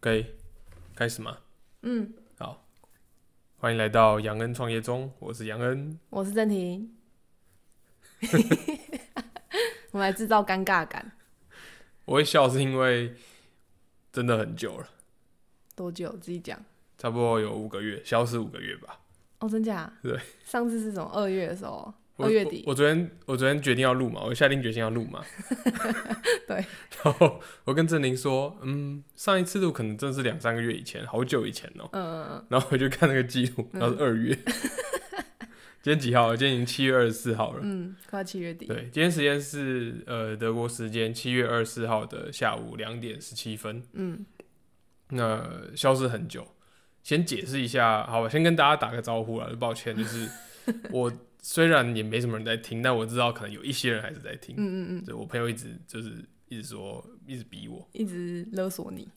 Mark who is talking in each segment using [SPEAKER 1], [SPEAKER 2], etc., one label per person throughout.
[SPEAKER 1] 该开始吗？
[SPEAKER 2] 嗯，
[SPEAKER 1] 欢迎来到杨恩创业中，我是杨恩。
[SPEAKER 2] 我是郑婷。 我们来制造尴尬感，
[SPEAKER 1] 我会笑是因为真的很久了，
[SPEAKER 2] 多久自己讲？
[SPEAKER 1] 差不多有五个月，消失五个月吧。
[SPEAKER 2] 哦，真假？
[SPEAKER 1] 对。
[SPEAKER 2] 上次是什么？二月的时候，
[SPEAKER 1] 我
[SPEAKER 2] 二月底
[SPEAKER 1] 我，我昨天我昨天决定要录嘛，我下定决心要录嘛。
[SPEAKER 2] 对。
[SPEAKER 1] 然后我跟郑玲说，嗯，上一次录可能真的是两三个月以前，好久以前哦、
[SPEAKER 2] 嗯，
[SPEAKER 1] 然后我就看那个记录，然后是二 月。今天几号了？今天已经七月二十四号了。
[SPEAKER 2] 嗯，快要七月底。
[SPEAKER 1] 对，今天时间是呃德国时间七月二十四号的下午两点十七分。
[SPEAKER 2] 嗯，
[SPEAKER 1] 那消失很久。先解释一下，好吧，先跟大家打个招呼了。抱歉，就是我虽然也没什么人在听，但我知道可能有一些人还是在听。
[SPEAKER 2] 嗯嗯嗯，
[SPEAKER 1] 就我朋友一直就是一直说，一直逼我，
[SPEAKER 2] 一直勒索你。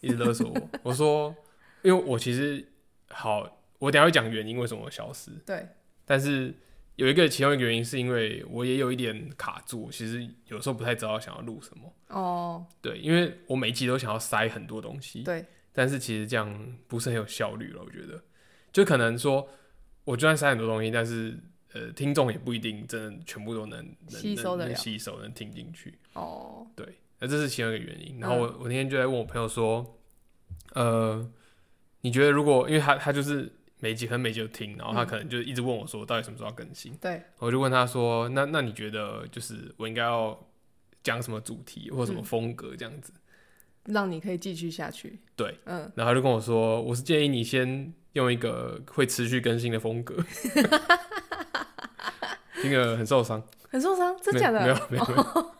[SPEAKER 1] 一直勒索我。我说，因为我其实好，我等一下会讲原因为什么我消失，
[SPEAKER 2] 对，
[SPEAKER 1] 但是有一个其中一个原因是因为我也有一点卡住，其实有时候不太知道想要录什么。
[SPEAKER 2] 哦，
[SPEAKER 1] 对，因为我每一集都想要塞很多东西，
[SPEAKER 2] 对，
[SPEAKER 1] 但是其实这样不是很有效率了，我觉得，就可能说，我就算塞很多东西，但是呃，听众也不一定真的全部都能能
[SPEAKER 2] 吸收得
[SPEAKER 1] 能能
[SPEAKER 2] 了
[SPEAKER 1] 吸收能听进去。
[SPEAKER 2] 哦，
[SPEAKER 1] 对，那这是其中一个原因。然后
[SPEAKER 2] 嗯
[SPEAKER 1] 我、我那天就在问我朋友说，呃，你觉得如果因为他他就是每集可能每集都听，然后他
[SPEAKER 2] 嗯
[SPEAKER 1] 可能就一直问我说，到底什么时候要更新？
[SPEAKER 2] 对，
[SPEAKER 1] 我就问他说：“那那你觉得就是我应该要讲什么主题或什么
[SPEAKER 2] 嗯
[SPEAKER 1] 风格这样子
[SPEAKER 2] 让你可以继续下去。
[SPEAKER 1] 对，
[SPEAKER 2] 嗯，？”
[SPEAKER 1] 然后他就跟我说：“我是建议你先用一个会持续更新的风格。” 听了很受伤，
[SPEAKER 2] 很受伤，真
[SPEAKER 1] 没
[SPEAKER 2] 假
[SPEAKER 1] 没有
[SPEAKER 2] 的？
[SPEAKER 1] 没有没有，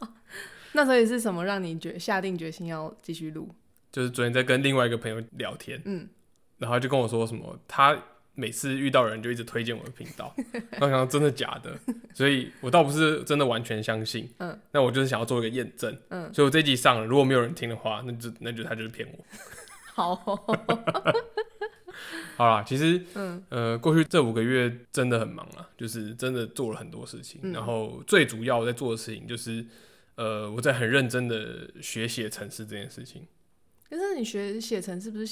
[SPEAKER 2] 那所以是什么让你决下定决心要继续录？
[SPEAKER 1] 就是昨天在跟另外一个朋友聊天，
[SPEAKER 2] 嗯，
[SPEAKER 1] 然后他就跟我说什么，他每次遇到人就一直推荐我的频 道，然后我想说真的假的，所以我倒不是真的完全相信，
[SPEAKER 2] 嗯，
[SPEAKER 1] 那我就是想要做一个验证，
[SPEAKER 2] 嗯
[SPEAKER 1] 所以我这一集上了，如果没有人听的话，那就那就他就是骗我。
[SPEAKER 2] 好哦，
[SPEAKER 1] 好啦，其实
[SPEAKER 2] 嗯
[SPEAKER 1] 呃，过去这五个月真的很忙啊，就是真的做了很多事情，
[SPEAKER 2] 嗯
[SPEAKER 1] 然后最主要我在做的事情就是。呃，我在很认真的学写程式这件事情，
[SPEAKER 2] 可是你学写程是不是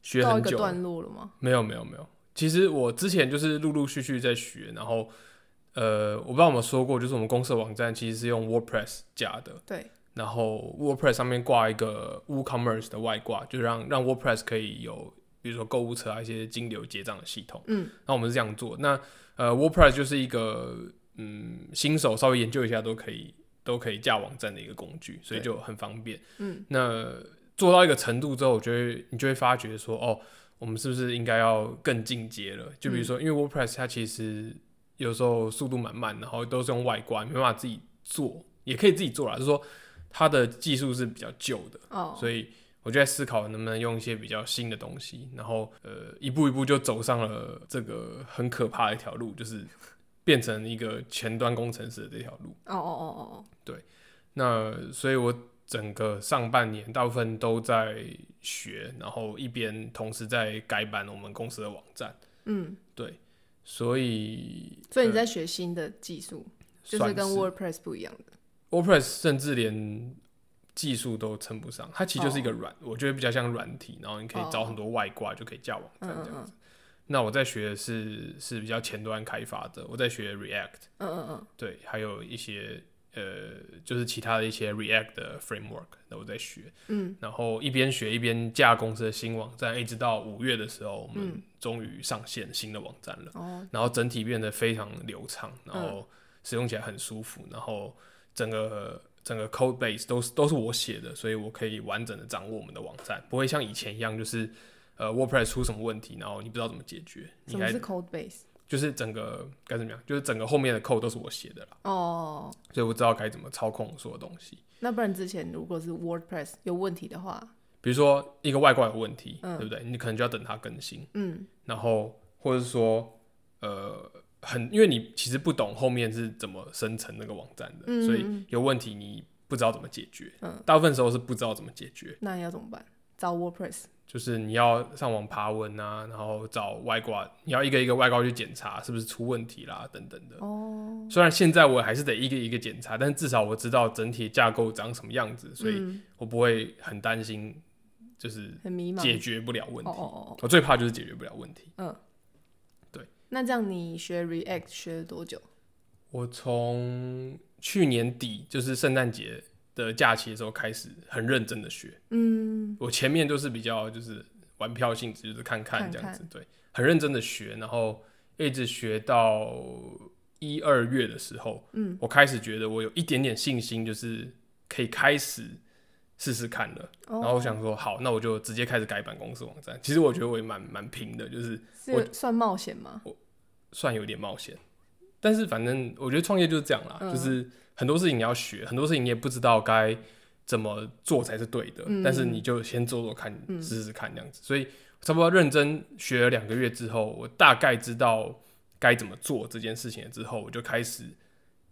[SPEAKER 1] 学
[SPEAKER 2] 到
[SPEAKER 1] 很
[SPEAKER 2] 一个
[SPEAKER 1] 久了，
[SPEAKER 2] 段落了吗？
[SPEAKER 1] 没有没有没有，其实我之前就是陆陆续续在学，然后呃，我不知道有没有说过，就是我们公司的网站其实是用 WordPress 架的，
[SPEAKER 2] 对，
[SPEAKER 1] 然后 WordPress 上面挂一个 WooCommerce 的外挂，就让让 WordPress 可以有比如说购物车啊一些金流结账的系统。
[SPEAKER 2] 嗯，
[SPEAKER 1] 那我们是这样做，那呃 WordPress 就是一个嗯新手稍微研究一下都可以都可以架网站的一个工具，所以
[SPEAKER 2] 对
[SPEAKER 1] 就很方便。
[SPEAKER 2] 嗯，
[SPEAKER 1] 那做到一个程度之后，我觉得你就会发觉说，哦，我们是不是应该要更进阶了？就比如说，因为 WordPress 它其实有时候速度蛮慢，然后都是用外挂，没办法自己做，也可以自己做啦，就是说它的技术是比较旧的，
[SPEAKER 2] 哦，
[SPEAKER 1] 所以我就在思考能不能用一些比较新的东西，然后呃，一步一步就走上了这个很可怕的一条路，就是变成一个前端工程师的这条路。
[SPEAKER 2] 哦哦哦哦，
[SPEAKER 1] 那所以，我整个上半年大部分都在学，然后一边同时在改版我们公司的网站。
[SPEAKER 2] 哦嗯，
[SPEAKER 1] 对，所以
[SPEAKER 2] 所以你在学新的技术，就是
[SPEAKER 1] 呃算
[SPEAKER 2] 跟
[SPEAKER 1] 是
[SPEAKER 2] WordPress 不一样的。
[SPEAKER 1] WordPress 甚至连技术都称不上，它其实就是一个软我觉得比较像软体，然后你可以找很多外挂就可以架网站
[SPEAKER 2] 嗯
[SPEAKER 1] 这样
[SPEAKER 2] 嗯
[SPEAKER 1] 子。那我在学的是是比较前端开发的，我在学 React，
[SPEAKER 2] 嗯嗯嗯
[SPEAKER 1] 对，还有一些呃就是其他的一些 React 的 framework，那我在学。
[SPEAKER 2] 嗯，
[SPEAKER 1] 然后一边学一边架公司的新网站，一直到五月的时候，我们
[SPEAKER 2] 嗯
[SPEAKER 1] 终于上线新的网站了。
[SPEAKER 2] 哦，
[SPEAKER 1] 然后整体变得非常流畅，然
[SPEAKER 2] 嗯
[SPEAKER 1] 后使用起来很舒服，然后整个整个 code base 都是都是我写的，所以我可以完整的掌握我们的网站，不会像以前一样就是呃 WordPress 出什么问题，然后你不知道怎么解决，你
[SPEAKER 2] 什么
[SPEAKER 1] 还
[SPEAKER 2] 是 Code Base？
[SPEAKER 1] 就是整个该怎么样，就是整个后面的 code 都是我写的啦，
[SPEAKER 2] 哦，
[SPEAKER 1] 所以我知道该怎么操控所有东西。
[SPEAKER 2] 那不然之前如果是 WordPress 有问题的话，
[SPEAKER 1] 比如说一个外挂有问题，
[SPEAKER 2] 嗯
[SPEAKER 1] 对不对？你可能就要等它更新，
[SPEAKER 2] 嗯，
[SPEAKER 1] 然后或者是说，呃，很因为你其实不懂后面是怎么生成那个网站的，
[SPEAKER 2] 嗯
[SPEAKER 1] 所以有问题你不知道怎么解决，
[SPEAKER 2] 嗯
[SPEAKER 1] 大部分时候是不知道怎么解决，
[SPEAKER 2] 那要怎么办？找 WordPress？
[SPEAKER 1] 就是你要上网爬文啊，然后找外挂，你要一个一个外挂去检查是不是出问题啦，等等的。
[SPEAKER 2] 哦，
[SPEAKER 1] 虽然现在我还是得一个一个检查，但至少我知道整体架构长什么样子，所以
[SPEAKER 2] 嗯
[SPEAKER 1] 我不会很担心，就是
[SPEAKER 2] 很迷茫。
[SPEAKER 1] 解决不了问题。
[SPEAKER 2] 哦哦哦哦，嗯
[SPEAKER 1] 我最怕就是解决不了问题。
[SPEAKER 2] 那这样你学 React 学了多久？
[SPEAKER 1] 我从去年底就是圣诞节的假期的时候开始，很认真的学。
[SPEAKER 2] 嗯，
[SPEAKER 1] 我前面都是比较就是玩票性质，就是看看
[SPEAKER 2] 看
[SPEAKER 1] 这样
[SPEAKER 2] 看
[SPEAKER 1] 子，对，很认真的学，然后一直学到一二月的时候，
[SPEAKER 2] 嗯，
[SPEAKER 1] 我开始觉得我有一点点信心，就是可以开始试试看了。
[SPEAKER 2] 哦
[SPEAKER 1] 然后我想说，好，那我就直接开始改版公司网站。其实我觉得我也蛮蛮拼的，就是我
[SPEAKER 2] 是算冒险吗？
[SPEAKER 1] 算有点冒险，但是反正我觉得创业就是这样啦，
[SPEAKER 2] 嗯
[SPEAKER 1] 就是很多事情你要学，很多事情你也不知道该怎么做才是对的，
[SPEAKER 2] 嗯
[SPEAKER 1] 但是你就先做做看，
[SPEAKER 2] 嗯
[SPEAKER 1] 试试看这样子。所以差不多认真学了两个月之后，我大概知道该怎么做这件事情了之后，我就开始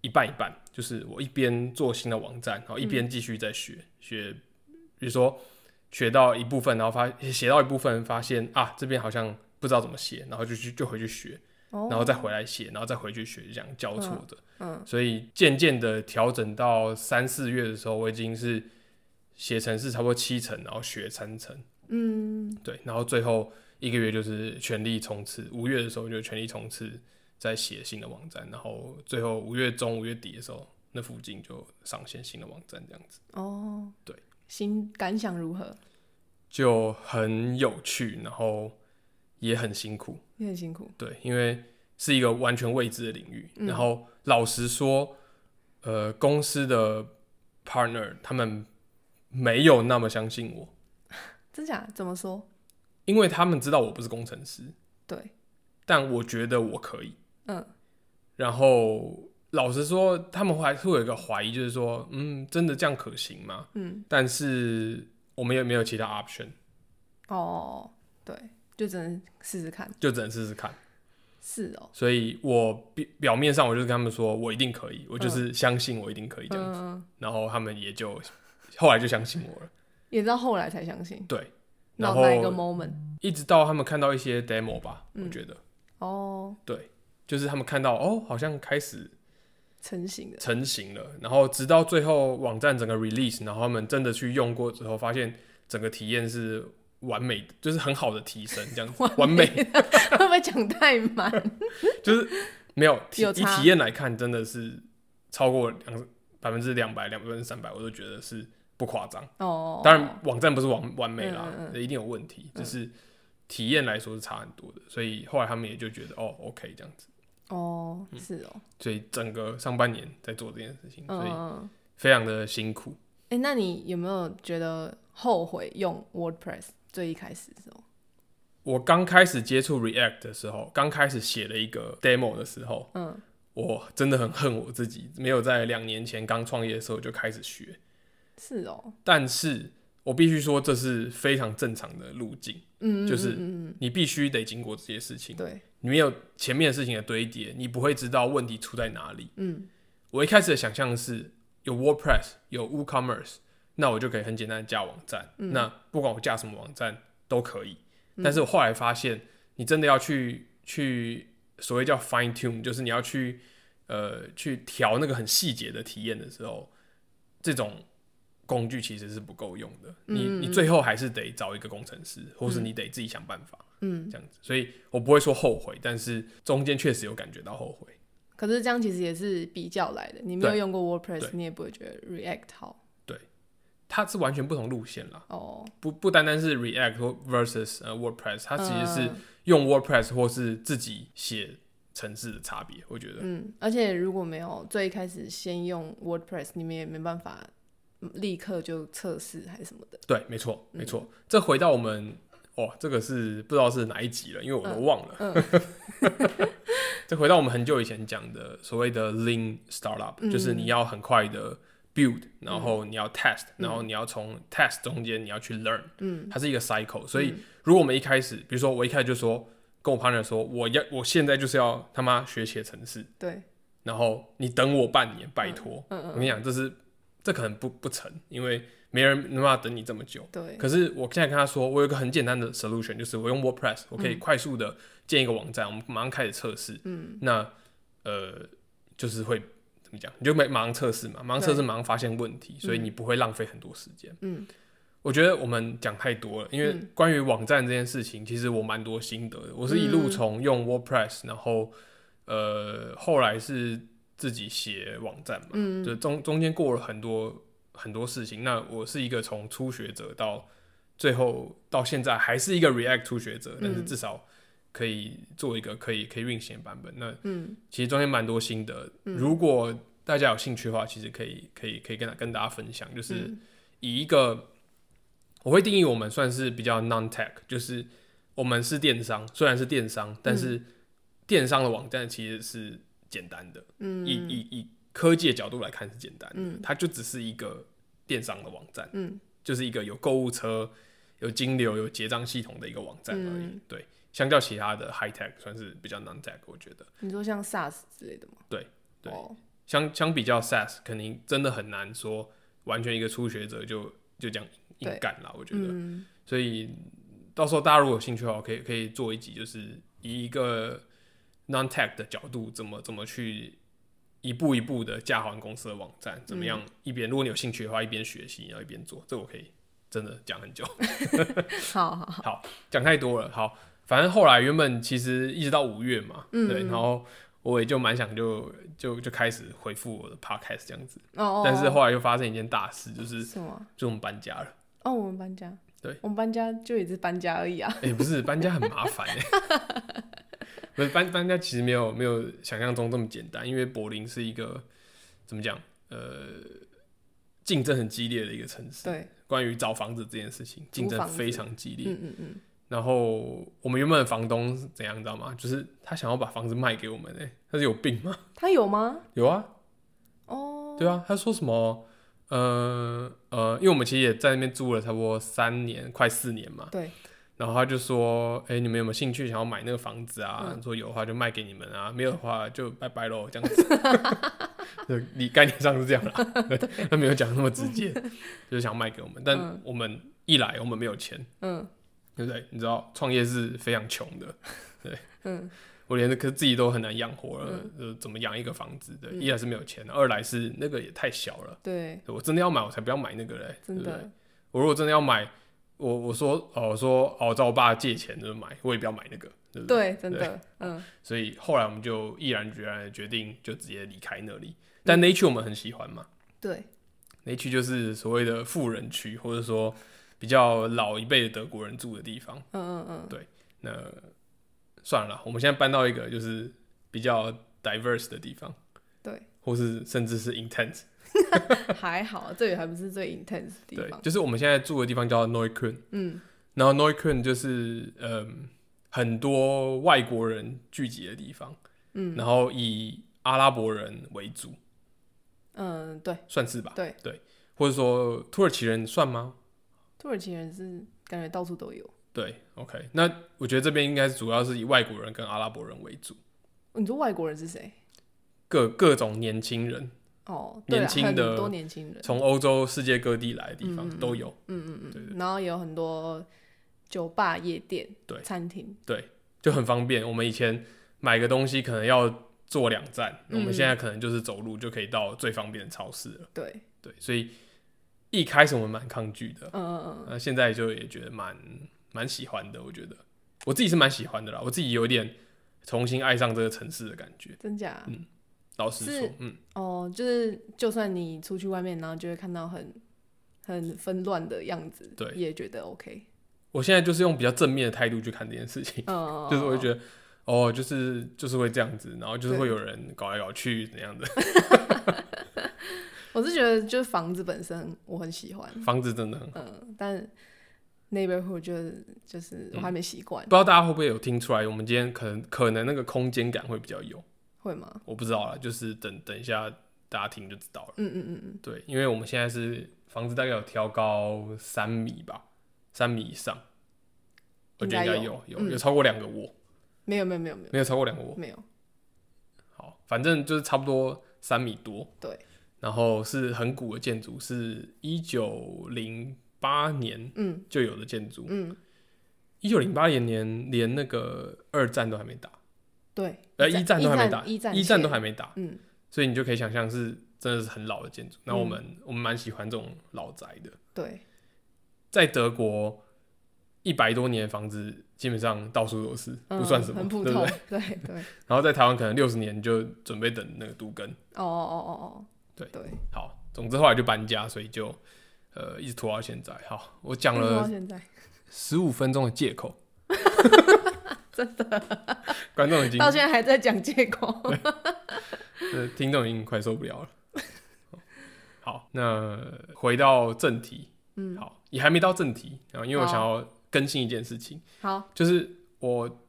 [SPEAKER 1] 一半一半，就是我一边做新的网站，然
[SPEAKER 2] 嗯
[SPEAKER 1] 后一边继续在学、学，比如说学到一部分，然后发写到一部分，发现啊这边好像不知道怎么写，然后就去就回去学。
[SPEAKER 2] 哦，
[SPEAKER 1] 然后再回来写，然后再回去学，这样交错的。
[SPEAKER 2] 嗯
[SPEAKER 1] 所以渐渐的调整到三四月的时候，我已经是写程式差不多七成，然后学三成，
[SPEAKER 2] 嗯，
[SPEAKER 1] 对，然后最后一个月就是全力冲刺。五月的时候就全力冲刺，在写新的网站，然后最后五月中、五月底的时候，那附近就上线新的网站，这样子
[SPEAKER 2] 哦，
[SPEAKER 1] 对，
[SPEAKER 2] 心感想如何？
[SPEAKER 1] 就很有趣，然后也很辛苦。
[SPEAKER 2] 也很辛苦，
[SPEAKER 1] 对，因为是一个完全未知的领域。
[SPEAKER 2] 嗯
[SPEAKER 1] 然后老实说，呃，公司的 partner 他们没有那么相信我，
[SPEAKER 2] 真假？怎么说？
[SPEAKER 1] 因为他们知道我不是工程师，
[SPEAKER 2] 对，
[SPEAKER 1] 但我觉得我可以。
[SPEAKER 2] 嗯，
[SPEAKER 1] 然后老实说，他们还是会有一个怀疑，就是说，嗯，真的这样可行吗？
[SPEAKER 2] 嗯，
[SPEAKER 1] 但是我们也没有其他 option，
[SPEAKER 2] 哦，对，就只能试试看。
[SPEAKER 1] 就只能试试看。
[SPEAKER 2] 是哦，
[SPEAKER 1] 所以我表表面上我就是跟他们说，我一定可以，我就是相信我一定可以这样子。
[SPEAKER 2] 嗯，
[SPEAKER 1] 然后他们也就后来就相信 我了。
[SPEAKER 2] 也到后来才相信。
[SPEAKER 1] 对，然
[SPEAKER 2] 到
[SPEAKER 1] 后
[SPEAKER 2] 那一个 moment，
[SPEAKER 1] 一直到他们看到一些 demo 吧，
[SPEAKER 2] 嗯
[SPEAKER 1] 我觉得
[SPEAKER 2] 哦，
[SPEAKER 1] 就是他们看到哦，好像开始
[SPEAKER 2] 成型的，
[SPEAKER 1] 成型了，然后直到最后网站整个 release，然后他们真的去用过之后，发现整个体验是完美的，就是很好的提升，这 样完美
[SPEAKER 2] 会不会讲太满？
[SPEAKER 1] 就是没有体
[SPEAKER 2] 有
[SPEAKER 1] 以
[SPEAKER 2] 差
[SPEAKER 1] 体验来看，真的是超过两百分之两百、两百分之三百，我都觉得是不夸张。
[SPEAKER 2] 哦，
[SPEAKER 1] 当然，网站不是完完美啦，
[SPEAKER 2] 嗯嗯
[SPEAKER 1] 一定有问题，就是体验来说是差很多的，所以后来他们也就觉得哦，OK 这样子，
[SPEAKER 2] 哦，
[SPEAKER 1] 嗯
[SPEAKER 2] 是哦，
[SPEAKER 1] 所以整个上半年在做这件事情，所以
[SPEAKER 2] 嗯，
[SPEAKER 1] 非常的辛苦。
[SPEAKER 2] 哎，那你有没有觉得后悔用 WordPress 最一开始的时候？
[SPEAKER 1] 我刚开始接触 React 的时候，刚开始写了一个 demo 的时候，
[SPEAKER 2] 嗯，
[SPEAKER 1] 我真的很恨我自己，没有在两年前刚创业的时候就开始学，
[SPEAKER 2] 是哦，
[SPEAKER 1] 但是我必须说这是非常正常的路径，
[SPEAKER 2] 嗯，
[SPEAKER 1] 就是
[SPEAKER 2] 嗯嗯
[SPEAKER 1] 你必须得经过这些事情
[SPEAKER 2] 嗯，。对，
[SPEAKER 1] 你没有前面的事情的堆叠，你不会知道问题出在哪里。
[SPEAKER 2] 嗯
[SPEAKER 1] 我一开始的想象是有 WordPress，有 WooCommerce，那我就可以很简单的架网站。那不管我架什么网站都可以。但是我后来发现，你真的要去去所谓叫 fine tune，就是你要去呃去调那个很细节的体验的时候，这种工具其实是不够用的。你你最后还是得找一个工程师，或是你得自己想办法。
[SPEAKER 2] 嗯，
[SPEAKER 1] 这样子，所以我不会说后悔，但是中间确实有感觉到后悔。
[SPEAKER 2] 可是这样其实也是比较来的，你没有
[SPEAKER 1] 对
[SPEAKER 2] 用过
[SPEAKER 1] 对
[SPEAKER 2] WordPress，你也不会觉得 React 好
[SPEAKER 1] 它是完全不同路线啦，
[SPEAKER 2] 哦，
[SPEAKER 1] 不不单单是 React 或 versus 呃 WordPress，它其实是
[SPEAKER 2] 嗯
[SPEAKER 1] 用 WordPress 或是自己写程式的差别。我觉得，
[SPEAKER 2] 嗯，而且如果没有最一开始先用 WordPress，你们也没办法嗯立刻就测试还是什么的。
[SPEAKER 1] 对，没错，
[SPEAKER 2] 嗯
[SPEAKER 1] 没错。这回到我们哦，这个是不知道是哪一集了，因为我
[SPEAKER 2] 嗯
[SPEAKER 1] 都忘了。 这回到我们很久以前讲的所谓的 Lean Startup，、
[SPEAKER 2] 嗯
[SPEAKER 1] 就是你要很快的 build，然后你要 test，、然后你要从 test 中间你要去 learn，
[SPEAKER 2] 嗯，
[SPEAKER 1] 它是一个 cycle。所以如果我们一开始，比如说我一开始就说跟我 partner 说，我要我现在就是要他妈学写程式，
[SPEAKER 2] 对，
[SPEAKER 1] 然后你等我半年，拜托，
[SPEAKER 2] 嗯
[SPEAKER 1] 我跟你讲，这是这可能不不成，因为没人没办法等你这么久。
[SPEAKER 2] 对，
[SPEAKER 1] 可是我现在跟他说，我有一个很简单的 solution，就是我用 WordPress，我可以快速的建一个网站，我们马上开始测试。
[SPEAKER 2] 嗯，
[SPEAKER 1] 那呃，就是会怎么讲？你就没马上测试嘛，马上测试，
[SPEAKER 2] 对
[SPEAKER 1] 马上发现问题，所以你不会浪费很多时间。
[SPEAKER 2] 嗯，
[SPEAKER 1] 我觉得我们讲太多了，因为关于网站这件事情，其实我蛮多心得的。我是一路
[SPEAKER 2] 嗯
[SPEAKER 1] 从用 WordPress，然后呃，后来是自己写网站嘛，
[SPEAKER 2] 嗯
[SPEAKER 1] 就中中间过了很多很多事情。那我是一个从初学者到最后到现在还是一个 React 初学
[SPEAKER 2] 嗯
[SPEAKER 1] 者，但是至少可以做一个可以可以运行的版本。那
[SPEAKER 2] 嗯，
[SPEAKER 1] 其实中间蛮多心得，如果大家有兴趣的话，其实可以可以可以跟跟大家分享，就是。
[SPEAKER 2] 嗯
[SPEAKER 1] 以一个我会定义我们算是比较 non tech，就是我们是电商，虽然是电
[SPEAKER 2] 嗯
[SPEAKER 1] 商，但是电商的网站其实是简单的，
[SPEAKER 2] 嗯
[SPEAKER 1] 以以以科技的角度来看是简单的，
[SPEAKER 2] 嗯
[SPEAKER 1] 它就只是一个电商的网站，
[SPEAKER 2] 嗯
[SPEAKER 1] 就是一个有购物车、有金流、有结账系统的一个网站而已。
[SPEAKER 2] 嗯
[SPEAKER 1] 对，相较其他的 high tech 算是比较 non tech，我觉得
[SPEAKER 2] 你说像 SARS 之类的吗？
[SPEAKER 1] 对对
[SPEAKER 2] 哦
[SPEAKER 1] 相相比较 SaaS，肯定真的很难说完全一个初学者就就这样硬
[SPEAKER 2] 对
[SPEAKER 1] 干啦，我觉得。
[SPEAKER 2] 嗯
[SPEAKER 1] 所以到时候大家如果有兴趣的话，可以可以做一集，就是以一个 non tech 的角度，怎么怎么去一步一步的架好你公司的网站，怎么样
[SPEAKER 2] 嗯
[SPEAKER 1] 一边、如果你有兴趣的话，一边学习，然后一边做，这我可以真的讲很久，
[SPEAKER 2] 好好好，
[SPEAKER 1] 讲太多了。好，反正后来原本其实一直到五月嘛，
[SPEAKER 2] 嗯
[SPEAKER 1] 对，然后我也就蛮想就就就开始回复我的 podcast 这样子，
[SPEAKER 2] 哦哦，
[SPEAKER 1] 但是
[SPEAKER 2] 哦
[SPEAKER 1] 后来又发生一件大事，就是
[SPEAKER 2] 什么？
[SPEAKER 1] 就我们搬家了。
[SPEAKER 2] 哦，我们搬家，
[SPEAKER 1] 对，
[SPEAKER 2] 我们搬家就也是搬家而已啊。
[SPEAKER 1] 哎、不是搬家很麻烦哎、 不是搬搬家其实没有没有想象中这么简单，因为柏林是一个怎么讲呃竞争很激烈的一个城市。
[SPEAKER 2] 对，
[SPEAKER 1] 关于找房子这件事情，竞
[SPEAKER 2] 租
[SPEAKER 1] 争
[SPEAKER 2] 房子
[SPEAKER 1] 非常激烈。
[SPEAKER 2] 嗯嗯嗯，
[SPEAKER 1] 然后我们原本的房东是怎样，你知道吗？就是他想要把房子卖给我们哎、他是有病吗？
[SPEAKER 2] 他有吗？
[SPEAKER 1] 有啊，
[SPEAKER 2] 哦，
[SPEAKER 1] 对啊，他说什么？呃呃，因为我们其实也在那边住了差不多三年，快四年嘛。
[SPEAKER 2] 对，
[SPEAKER 1] 然后他就说：“哎、你们有没有兴趣想要买那个房子啊？
[SPEAKER 2] 嗯
[SPEAKER 1] 说有的话就卖给你们啊，没有的话就拜拜喽，这样 子。就”你概念上是这样啦，对他没有讲那么直接，就是想卖给我们。但
[SPEAKER 2] 嗯
[SPEAKER 1] 我们一来，我们没有钱，
[SPEAKER 2] 嗯
[SPEAKER 1] 对不对？你知道创业是非常穷的，
[SPEAKER 2] 嗯
[SPEAKER 1] 我连可自己都很难养活了，
[SPEAKER 2] 嗯
[SPEAKER 1] 呃，怎么养一个房子？对，
[SPEAKER 2] 嗯
[SPEAKER 1] 一来是没有钱，二来是那个也太小了。
[SPEAKER 2] 对，
[SPEAKER 1] 我真的要买，我才不要买那个嘞、对
[SPEAKER 2] 真
[SPEAKER 1] 不对？
[SPEAKER 2] 的，
[SPEAKER 1] 我如果真的要买，我我说哦，我说哦，找我爸借钱就是买，我也不要买那个，对不对？
[SPEAKER 2] 对，真的，嗯
[SPEAKER 1] 所以后来我们就毅然决然的决定，就直接离开那里。
[SPEAKER 2] 嗯
[SPEAKER 1] 但那一区我们很喜欢嘛，
[SPEAKER 2] 对，
[SPEAKER 1] 那一区就是所谓的富人区，或者说比较老一辈的德国人住的地方。
[SPEAKER 2] 嗯嗯嗯，
[SPEAKER 1] 那算了啦，我们现在搬到一个就是比较 diverse 的地方，
[SPEAKER 2] 对，
[SPEAKER 1] 或是甚至是 intense。
[SPEAKER 2] 还好，这里还不是最 intense 的地
[SPEAKER 1] 对
[SPEAKER 2] 方，。
[SPEAKER 1] 就是我们现在住的地方叫 Neukölln。
[SPEAKER 2] 嗯
[SPEAKER 1] 然后 Neukölln 就是嗯很多外国人聚集的地方，
[SPEAKER 2] 嗯
[SPEAKER 1] 然后以阿拉伯人为主，
[SPEAKER 2] 嗯，对，
[SPEAKER 1] 算是吧？
[SPEAKER 2] 对
[SPEAKER 1] 对，或者说土耳其人算吗？
[SPEAKER 2] 土耳其人是感觉到处都有。
[SPEAKER 1] 对，OK，那我觉得这边应该是主要是以外国人跟阿拉伯人为主，
[SPEAKER 2] 哦你说外国人是谁？
[SPEAKER 1] 各各种年轻人
[SPEAKER 2] 哦，对
[SPEAKER 1] 年
[SPEAKER 2] 啦
[SPEAKER 1] 轻
[SPEAKER 2] 很
[SPEAKER 1] 的
[SPEAKER 2] 多年轻人，
[SPEAKER 1] 从欧洲世界各地来的地方
[SPEAKER 2] 嗯
[SPEAKER 1] 都有。
[SPEAKER 2] 嗯嗯
[SPEAKER 1] 对
[SPEAKER 2] 嗯，然后也有很多酒吧、夜店、
[SPEAKER 1] 对
[SPEAKER 2] 餐厅，
[SPEAKER 1] 就很方便。我们以前买个东西可能要坐两站，
[SPEAKER 2] 嗯
[SPEAKER 1] 我们现在可能就是走路就可以到最方便的超市了。
[SPEAKER 2] 对，
[SPEAKER 1] 对，所以一开始我们蛮抗拒的，
[SPEAKER 2] 嗯嗯嗯，
[SPEAKER 1] 那呃现在就也觉得蛮蛮喜欢的。我觉得我自己是蛮喜欢的啦，我自己有点重新爱上这个城市的感觉。
[SPEAKER 2] 真假？
[SPEAKER 1] 嗯老实说
[SPEAKER 2] 是，
[SPEAKER 1] 嗯，
[SPEAKER 2] 哦，就是就算你出去外面，然后就会看到很很纷乱的样子，
[SPEAKER 1] 对
[SPEAKER 2] 也觉得 OK。
[SPEAKER 1] 我现在就是用比较正面的态度去看这件事情，
[SPEAKER 2] 嗯，
[SPEAKER 1] 就是我会
[SPEAKER 2] 得，
[SPEAKER 1] 觉得。哦，就是就是会这样子，然后就是
[SPEAKER 2] 对
[SPEAKER 1] 会有人搞来搞去怎样的，
[SPEAKER 2] 我是觉得就是房子本身我很喜欢，
[SPEAKER 1] 房子真的很
[SPEAKER 2] 嗯，但 neighborhood 就是
[SPEAKER 1] 嗯
[SPEAKER 2] 就是我还没习惯
[SPEAKER 1] 不，知道大家会不会有听出来，我们今天可能可能那个空间感会比较有，
[SPEAKER 2] 会吗？
[SPEAKER 1] 我不知道啦，就是等等一下大家听就知道了。
[SPEAKER 2] 嗯嗯嗯嗯，
[SPEAKER 1] 对，因为我们现在是房子大概有挑高三米吧，三米以上，我觉得应该
[SPEAKER 2] 应该
[SPEAKER 1] 有有
[SPEAKER 2] 嗯
[SPEAKER 1] 有超过两个我，
[SPEAKER 2] 没有没有没有没有
[SPEAKER 1] 没有超过两个我，
[SPEAKER 2] 没有，
[SPEAKER 1] 好，反正就是差不多三米多。
[SPEAKER 2] 对，
[SPEAKER 1] 然后是很古的建筑，是一九零八年
[SPEAKER 2] 嗯
[SPEAKER 1] 就有的建筑，
[SPEAKER 2] 嗯，
[SPEAKER 1] 一九零八年连连那个二战都还没打，
[SPEAKER 2] 对，
[SPEAKER 1] 呃，一战都还没打，
[SPEAKER 2] 一战
[SPEAKER 1] 一战都
[SPEAKER 2] 前
[SPEAKER 1] 还没打，
[SPEAKER 2] 嗯
[SPEAKER 1] 所以你就可以想象是真的是很老的建筑。那我
[SPEAKER 2] 嗯
[SPEAKER 1] 们、我们蛮喜欢这种老宅的，
[SPEAKER 2] 对，
[SPEAKER 1] 在德国一百多年的房子基本上到处都是，不算什么，
[SPEAKER 2] 嗯、很普
[SPEAKER 1] 对不
[SPEAKER 2] 通
[SPEAKER 1] 对？，
[SPEAKER 2] 对对。
[SPEAKER 1] 然后在台湾可能六十年就准备等那个都更。
[SPEAKER 2] 哦哦哦哦，
[SPEAKER 1] 对
[SPEAKER 2] 对，
[SPEAKER 1] 好，总之后来就搬家，所以就呃一直拖到现在。好，我讲
[SPEAKER 2] 一直
[SPEAKER 1] 了
[SPEAKER 2] 到现在
[SPEAKER 1] 十五分钟的借口， 真的，观众已经
[SPEAKER 2] 到现在还在讲 借口。
[SPEAKER 1] 呃听众已经快受不了了。好，那回到正题，
[SPEAKER 2] 嗯，
[SPEAKER 1] 好，也还没到正题，然后因为我
[SPEAKER 2] 好
[SPEAKER 1] 想要更新一件事情，
[SPEAKER 2] 好，
[SPEAKER 1] 就是我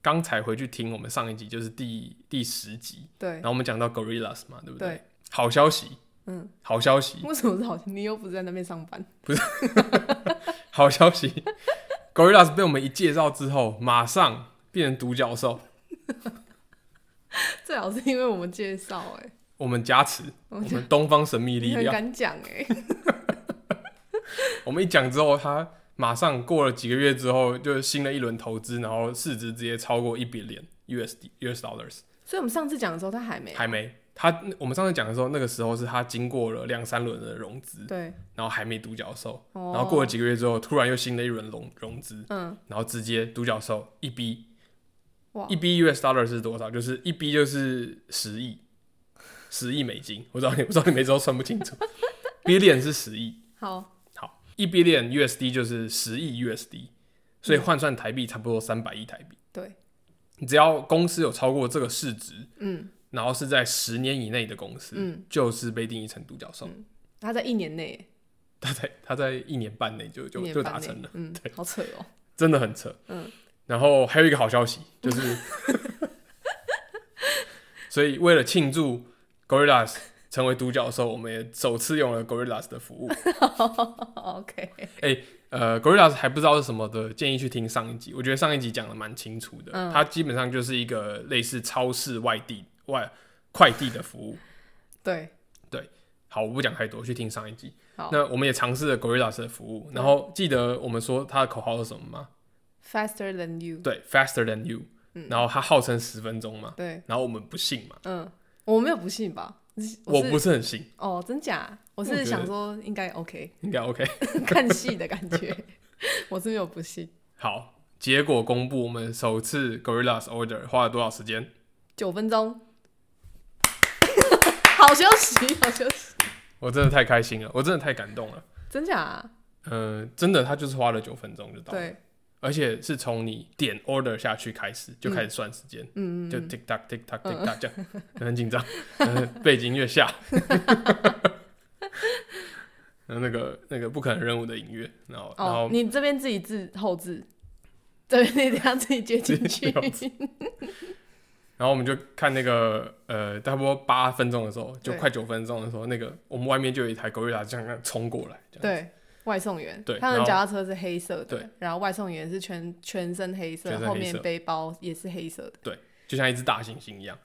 [SPEAKER 1] 刚才回去听我们上一集，就是第第十集，
[SPEAKER 2] 对
[SPEAKER 1] 然后我们讲到 Gorillas 嘛，对不
[SPEAKER 2] 对，
[SPEAKER 1] 好消息，
[SPEAKER 2] 嗯，
[SPEAKER 1] 好消息，
[SPEAKER 2] 为什么是好？你又不是在那边上班？
[SPEAKER 1] 好消息，Gorillas 被我们一介绍之后，马上变成独角兽，
[SPEAKER 2] 最好是因为我们介绍哎、
[SPEAKER 1] 我们加持，我们东方神秘力
[SPEAKER 2] 你很
[SPEAKER 1] 量，
[SPEAKER 2] 敢讲哎、
[SPEAKER 1] 我们一讲之后，它马上过了几个月之后，就新了一轮投资，然后市值直接超过一 billion USD US dollars，
[SPEAKER 2] 所以我们上次讲的时候他还没，
[SPEAKER 1] 还没。它我们上次讲的时候，那个时候是它经过了两三轮的融资，
[SPEAKER 2] 对，
[SPEAKER 1] 然后还没独角兽，
[SPEAKER 2] 哦、
[SPEAKER 1] 然后过了几个月之后，突然又新的一轮融融资，
[SPEAKER 2] 嗯
[SPEAKER 1] 然后直接独角兽一 B
[SPEAKER 2] 哇
[SPEAKER 1] 一 B US dollar 是多少？就是一 B 就是十亿，十亿美金。我知道你，我知道你每周算不清楚，billion 是十亿，
[SPEAKER 2] 好
[SPEAKER 1] 好，一 billion USD 就是十亿 USD，所以
[SPEAKER 2] 嗯
[SPEAKER 1] 换算台币差不多三百亿台币。
[SPEAKER 2] 对，
[SPEAKER 1] 你只要公司有超过这个市值，
[SPEAKER 2] 嗯
[SPEAKER 1] 然后是在十年以内的公司，
[SPEAKER 2] 嗯，
[SPEAKER 1] 就是被定义成独角兽。
[SPEAKER 2] 他在一年内欸
[SPEAKER 1] 他在他在一年半内就
[SPEAKER 2] 一
[SPEAKER 1] 就
[SPEAKER 2] 年
[SPEAKER 1] 就
[SPEAKER 2] 半
[SPEAKER 1] 达
[SPEAKER 2] 内
[SPEAKER 1] 成了，
[SPEAKER 2] 嗯，
[SPEAKER 1] 对
[SPEAKER 2] 好扯哦，
[SPEAKER 1] 真的很扯。
[SPEAKER 2] 嗯，
[SPEAKER 1] 然后还有一个好消息就是，所以为了庆祝 Gorillas 成为独角兽，我们也首次用了 Gorillas 的 服务。
[SPEAKER 2] 哦 OK，
[SPEAKER 1] 呃，Gorillas 还不知道是什么的，建议去听上一集。我觉得上一集讲的蛮清楚的，
[SPEAKER 2] 嗯
[SPEAKER 1] 它基本上就是一个类似超市外地外快递的服务。
[SPEAKER 2] 对，
[SPEAKER 1] 好，我不讲太多，去听上一集
[SPEAKER 2] 好。嗯
[SPEAKER 1] 那我们也尝试了 Gorillas 的服务，然后记得我们说它的口号是什么吗？
[SPEAKER 2] faster than you，
[SPEAKER 1] 对，faster than you。然
[SPEAKER 2] 嗯
[SPEAKER 1] 后它号称十分钟嘛，
[SPEAKER 2] 对，
[SPEAKER 1] 然后我们不信嘛，
[SPEAKER 2] 嗯，我没有不信吧？是
[SPEAKER 1] 我
[SPEAKER 2] 是
[SPEAKER 1] 不是很信，
[SPEAKER 2] 哦，真假？我
[SPEAKER 1] 我
[SPEAKER 2] 是
[SPEAKER 1] 觉得
[SPEAKER 2] 想说应该 OK，
[SPEAKER 1] 应该 OK。
[SPEAKER 2] 看戏的感觉， 我是没有不信，
[SPEAKER 1] 好，结果公布，我们首次 Gorillas order 花了多少时间？
[SPEAKER 2] 九分钟， 好休息， 好休息，
[SPEAKER 1] 我真的太开心了，我真的太感动了。
[SPEAKER 2] 真假、啊
[SPEAKER 1] 嗯，真的，他就是花了九分钟就到了，
[SPEAKER 2] 对，
[SPEAKER 1] 而且是从你点 order 下去开始就开始算时间，
[SPEAKER 2] 嗯，
[SPEAKER 1] 就 tick tock tick tock tick tock 这样，很紧张，呃背景音乐 下，然呃后那个那个不可能任务的音乐，然后然
[SPEAKER 2] 哦
[SPEAKER 1] 后，
[SPEAKER 2] 你这边自己字后置，这边你等下自己接进去
[SPEAKER 1] 自己。然后我们就看那个呃，差不多八分钟的时候，就
[SPEAKER 2] 对
[SPEAKER 1] 快九分钟的时候，那个我们外面就有一台 Gorilla 这样这样冲过来，这样
[SPEAKER 2] 对，外送员，
[SPEAKER 1] 对
[SPEAKER 2] 他
[SPEAKER 1] 然
[SPEAKER 2] 们
[SPEAKER 1] 后
[SPEAKER 2] 脚踏车是黑色
[SPEAKER 1] 对
[SPEAKER 2] 的，然后外送员是全全身黑色，
[SPEAKER 1] 全身
[SPEAKER 2] 后
[SPEAKER 1] 黑
[SPEAKER 2] 面
[SPEAKER 1] 色
[SPEAKER 2] 背包也是黑色的，
[SPEAKER 1] 就像一只大猩猩一样，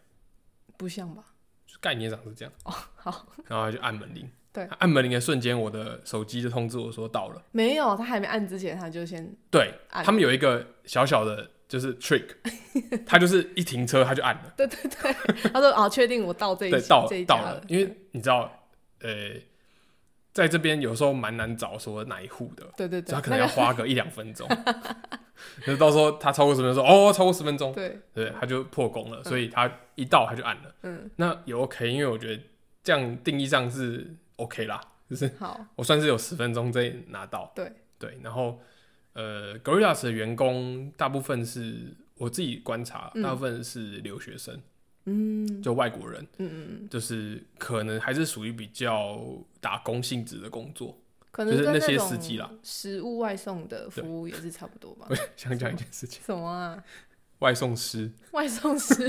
[SPEAKER 2] 不像吧？
[SPEAKER 1] 就概念上是这样。哦，
[SPEAKER 2] 好。
[SPEAKER 1] 然后他就按门铃，
[SPEAKER 2] 对
[SPEAKER 1] 按门铃的瞬间，我的手机就通知我说到了。
[SPEAKER 2] 没有，他还没按之前他就先
[SPEAKER 1] 对
[SPEAKER 2] 按
[SPEAKER 1] 他们有一个小小的，就是 trick，他就是一停车他就按了，
[SPEAKER 2] 对对对， 他说啊，确定我到这一
[SPEAKER 1] 对，
[SPEAKER 2] 家
[SPEAKER 1] 到
[SPEAKER 2] 这一家
[SPEAKER 1] 到了，因为你知道，呃，在这边有时候蛮难找说哪一户的，
[SPEAKER 2] 对对对，
[SPEAKER 1] 他可能
[SPEAKER 2] 那
[SPEAKER 1] 要
[SPEAKER 2] 个
[SPEAKER 1] 花个一两分钟。 就到时候他超过十分钟，哦，超过十分钟，
[SPEAKER 2] 对，
[SPEAKER 1] 对，他就破功了，所以他一到他就按了。
[SPEAKER 2] 嗯，
[SPEAKER 1] 那也 OK，因为我觉得这样定义上是 OK 啦，就是
[SPEAKER 2] 好，
[SPEAKER 1] 我算是有十分钟内拿到。
[SPEAKER 2] 对
[SPEAKER 1] 对，然后呃，Gorillas 的员工大部分是我自己观察，
[SPEAKER 2] 嗯
[SPEAKER 1] 大部分是留学生，
[SPEAKER 2] 嗯
[SPEAKER 1] 就外国人，
[SPEAKER 2] 嗯嗯，嗯
[SPEAKER 1] 就是可能还是属于比较打工性质的工作。
[SPEAKER 2] 可
[SPEAKER 1] 就
[SPEAKER 2] 能
[SPEAKER 1] 是
[SPEAKER 2] 跟
[SPEAKER 1] 那些
[SPEAKER 2] 种
[SPEAKER 1] 司机啦
[SPEAKER 2] 食物外送的服务也是差不多吧
[SPEAKER 1] 我？想讲一件事情，
[SPEAKER 2] 什么啊？
[SPEAKER 1] 外送师，
[SPEAKER 2] 外送师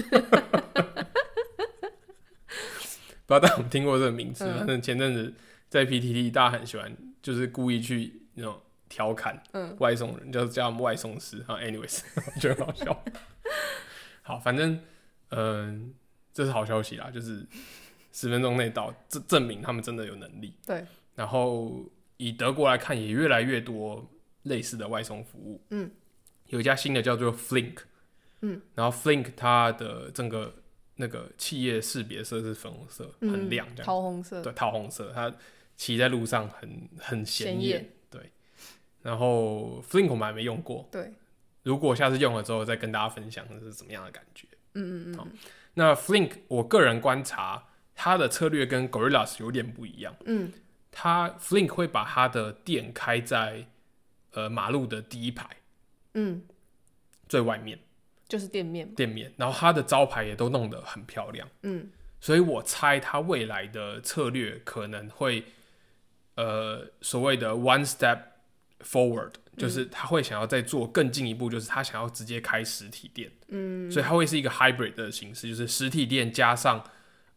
[SPEAKER 1] 不知道大家有没有听过这个名字，
[SPEAKER 2] 嗯
[SPEAKER 1] 反正前阵子在 PTT 大家很喜欢，就是故意去那种调侃
[SPEAKER 2] 嗯
[SPEAKER 1] 外送人，就是叫他们外送师啊。Anyways，我 觉得很好笑。好，反正嗯、这是好消息啦，就是十分钟内到，这证明他们真的有能力。
[SPEAKER 2] 对，
[SPEAKER 1] 然后以德国来看，也越来越多类似的外送服务。
[SPEAKER 2] 嗯，
[SPEAKER 1] 有一家新的叫做 Flink，
[SPEAKER 2] 嗯，
[SPEAKER 1] 然后 Flink 它的整个那个企业识别色是粉红色，
[SPEAKER 2] 嗯
[SPEAKER 1] 很亮，这样
[SPEAKER 2] 桃红色，
[SPEAKER 1] 对，桃红色，它骑在路上很很
[SPEAKER 2] 鲜
[SPEAKER 1] 显眼
[SPEAKER 2] 艳。
[SPEAKER 1] 对，然后 Flink 我们还没用过，
[SPEAKER 2] 对，
[SPEAKER 1] 如果下次用了之后再跟大家分享这是怎么样的感觉。
[SPEAKER 2] 嗯嗯嗯
[SPEAKER 1] 那 Flink 我个人观察，它的策略跟 Gorillas 有点不一样。
[SPEAKER 2] 嗯，
[SPEAKER 1] 它 Flink 会把它的店开在呃马路的第一排
[SPEAKER 2] 嗯，
[SPEAKER 1] 最外面
[SPEAKER 2] 就是店面嘛，
[SPEAKER 1] 店面，然后它的招牌也都弄得很漂亮，
[SPEAKER 2] 嗯
[SPEAKER 1] 所以我猜它未来的策略可能会呃所谓的 one step forward，就是
[SPEAKER 2] 嗯
[SPEAKER 1] 他会想要再做更进一步，就是他想要直接开实体店。
[SPEAKER 2] 嗯
[SPEAKER 1] 所以它会是一个 hybrid 的形式，就是实体店加上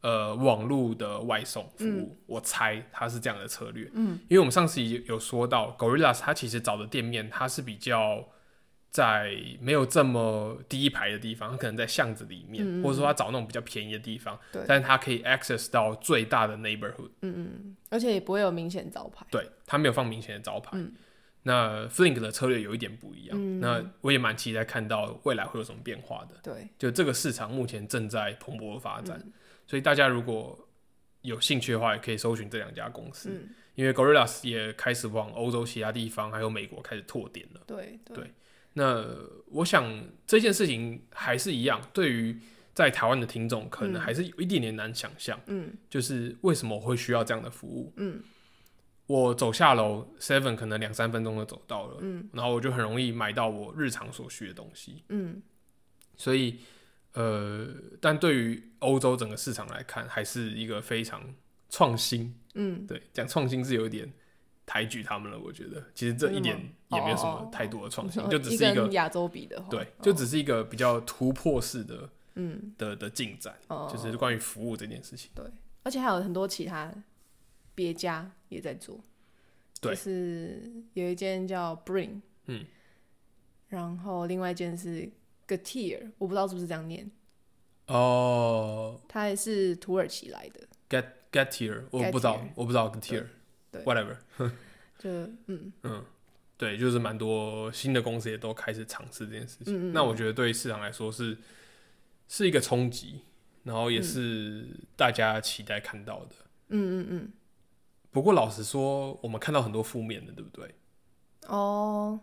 [SPEAKER 1] 呃网络的外送服务。我猜它是这样的策略。
[SPEAKER 2] 嗯，
[SPEAKER 1] 因为我们上次有有说到，Gorillas 它其实找的店面它是比较在没有这么第一排的地方，它可能在巷子里面，或者说它找那种比较便宜的地方
[SPEAKER 2] 嗯对，
[SPEAKER 1] 但是它可以 access 到最大的 neighborhood。
[SPEAKER 2] 嗯嗯，而且也不会有明显招牌，
[SPEAKER 1] 对，它没有放明显的招牌。
[SPEAKER 2] 嗯
[SPEAKER 1] 那 Flink 的策略有一点不一样，那我也蛮期待看到未来会有什么变化的。
[SPEAKER 2] 对，
[SPEAKER 1] 就这个市场目前正在蓬勃发展，
[SPEAKER 2] 嗯
[SPEAKER 1] 所以大家如果有兴趣的话，也可以搜寻这两家公司，
[SPEAKER 2] 嗯
[SPEAKER 1] 因为 Gorillas 也开始往欧洲其他地方还有美国开始拓点了。
[SPEAKER 2] 对对
[SPEAKER 1] 对那我想这件事情还是一样，对于在台湾的听众，可能还是有一点点难想象，
[SPEAKER 2] 嗯
[SPEAKER 1] 就是为什么我会需要这样的服务。
[SPEAKER 2] 嗯
[SPEAKER 1] 我走下楼 Seven 可能两三分钟就走到了，
[SPEAKER 2] 嗯
[SPEAKER 1] 然后我就很容易买到我日常所需的东西。
[SPEAKER 2] 嗯
[SPEAKER 1] 所以呃，但对于欧洲整个市场来看，还是一个非常创新。
[SPEAKER 2] 嗯，
[SPEAKER 1] 对，讲创新是有一点抬举他们了，我觉得其实这一点也没有什么太多的创新，
[SPEAKER 2] 哦你说
[SPEAKER 1] 就只是一个
[SPEAKER 2] 跟亚洲比的话，
[SPEAKER 1] 对，就
[SPEAKER 2] 哦
[SPEAKER 1] 只是一个比较突破式的
[SPEAKER 2] 嗯
[SPEAKER 1] 的的进展，
[SPEAKER 2] 哦，
[SPEAKER 1] 就是关于服务这件事情。
[SPEAKER 2] 对，而且还有很多其他别家也在做，
[SPEAKER 1] 对
[SPEAKER 2] 就是有一间叫 Bring，
[SPEAKER 1] 嗯，
[SPEAKER 2] 然后另外一间是 Getir，我不知道是不是这样念，
[SPEAKER 1] 哦
[SPEAKER 2] 它也是土耳其来的，
[SPEAKER 1] ，get get here，我不知道
[SPEAKER 2] Get here，
[SPEAKER 1] 我不知道 get
[SPEAKER 2] 对
[SPEAKER 1] here，whatever，
[SPEAKER 2] 就嗯
[SPEAKER 1] 嗯。对，就是蛮多新的公司也都开始尝试这件事情。
[SPEAKER 2] 嗯嗯，
[SPEAKER 1] 那我觉得对市场来说是是一个冲击，然后也是
[SPEAKER 2] 嗯
[SPEAKER 1] 大家期待看到的。
[SPEAKER 2] 嗯嗯嗯
[SPEAKER 1] 不过老实说，我们看到很多负面的，对不对？
[SPEAKER 2] 哦，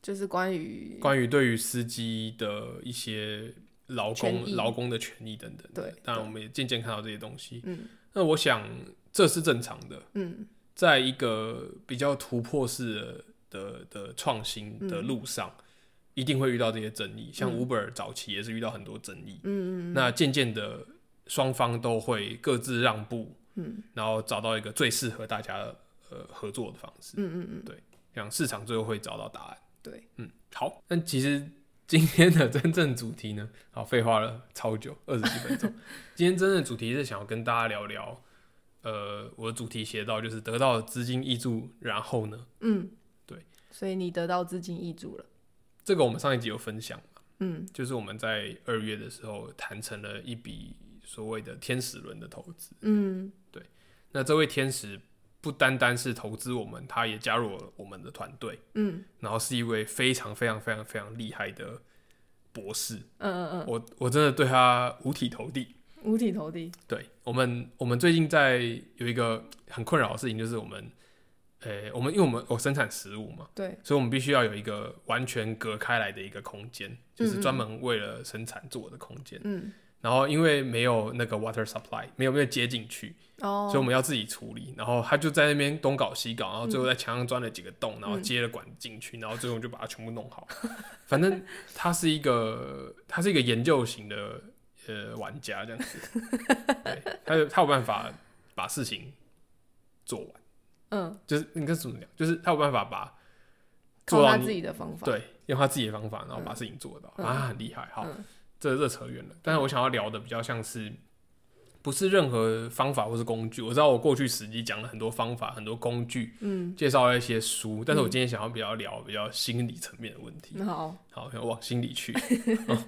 [SPEAKER 2] 就是关于
[SPEAKER 1] 关于对于司机的一些劳
[SPEAKER 2] 权
[SPEAKER 1] 工、
[SPEAKER 2] 益
[SPEAKER 1] 劳工的权益等等。
[SPEAKER 2] 对
[SPEAKER 1] 当然
[SPEAKER 2] 对
[SPEAKER 1] 我们也渐渐看到这些东西。
[SPEAKER 2] 嗯
[SPEAKER 1] 那我想这是正常的，
[SPEAKER 2] 嗯
[SPEAKER 1] 在一个比较突破式的的的创新的
[SPEAKER 2] 嗯
[SPEAKER 1] 路上，一定会遇到这些争议。像
[SPEAKER 2] 嗯
[SPEAKER 1] Uber 早期也是遇到很多争议。
[SPEAKER 2] 嗯嗯
[SPEAKER 1] 那渐渐的，双方都会各自让步，
[SPEAKER 2] 嗯
[SPEAKER 1] 然后找到一个最适合大家呃合作的方式，
[SPEAKER 2] 嗯嗯嗯，
[SPEAKER 1] 这样市场最后会找到答案。
[SPEAKER 2] 对，
[SPEAKER 1] 嗯，好。但其实今天的真正主题呢，好，废话了超久，二十几分钟。今天真正的主题是想要跟大家聊聊，呃，我的主题写到就是得到资金益助，然后呢，
[SPEAKER 2] 嗯
[SPEAKER 1] 对，
[SPEAKER 2] 所以你得到资金益助了，
[SPEAKER 1] 这个我们上一集有分享嘛，
[SPEAKER 2] 嗯
[SPEAKER 1] 就是我们在二月的时候谈成了一笔所谓的天使轮的投资。
[SPEAKER 2] 嗯
[SPEAKER 1] 那这位天使不单单是投资我们，他也加入了我们的团队，
[SPEAKER 2] 嗯
[SPEAKER 1] 然后是一位非常非常非常非常厉害的博士。
[SPEAKER 2] 嗯嗯嗯，
[SPEAKER 1] 我我真的对他五体投地。
[SPEAKER 2] 五体投地，
[SPEAKER 1] 对我们，我们最近在有一个很困扰的事情，就是我们，呃、我们因为我们我生产食物嘛，
[SPEAKER 2] 对，
[SPEAKER 1] 所以我们必须要有一个完全隔开来的一个空间，就是专门为了生产做的空间。
[SPEAKER 2] 嗯
[SPEAKER 1] 然后因为没有那个 water supply，没有没有接进去，
[SPEAKER 2] 哦，
[SPEAKER 1] 所以我们要自己处理。然后他就在那边东搞西搞，然后最
[SPEAKER 2] 嗯
[SPEAKER 1] 后在墙上钻了几个洞，然后接了管进去，然后最后就把它全部弄好。 反正他是一个，他是一个研究型的呃玩家这样子，对，他有他有办法把事情做完，
[SPEAKER 2] 嗯。
[SPEAKER 1] 就是应该是怎么讲，就是他有办法把
[SPEAKER 2] 靠
[SPEAKER 1] 做到
[SPEAKER 2] 他
[SPEAKER 1] 你
[SPEAKER 2] 自己的方法。，
[SPEAKER 1] 对用他自己的方法，然后把事情做到、
[SPEAKER 2] 嗯
[SPEAKER 1] 啊，很厉害。好，
[SPEAKER 2] 嗯
[SPEAKER 1] 这这扯远了，但是我想要聊的比较像是，不是任何方法或是工具。我知道我过去十集讲了很多方法、很多工具，
[SPEAKER 2] 嗯，
[SPEAKER 1] 介绍了一些书，但是我今天想要比较聊比较心理层面的问题。
[SPEAKER 2] 好，
[SPEAKER 1] 好，想往心里去， 哦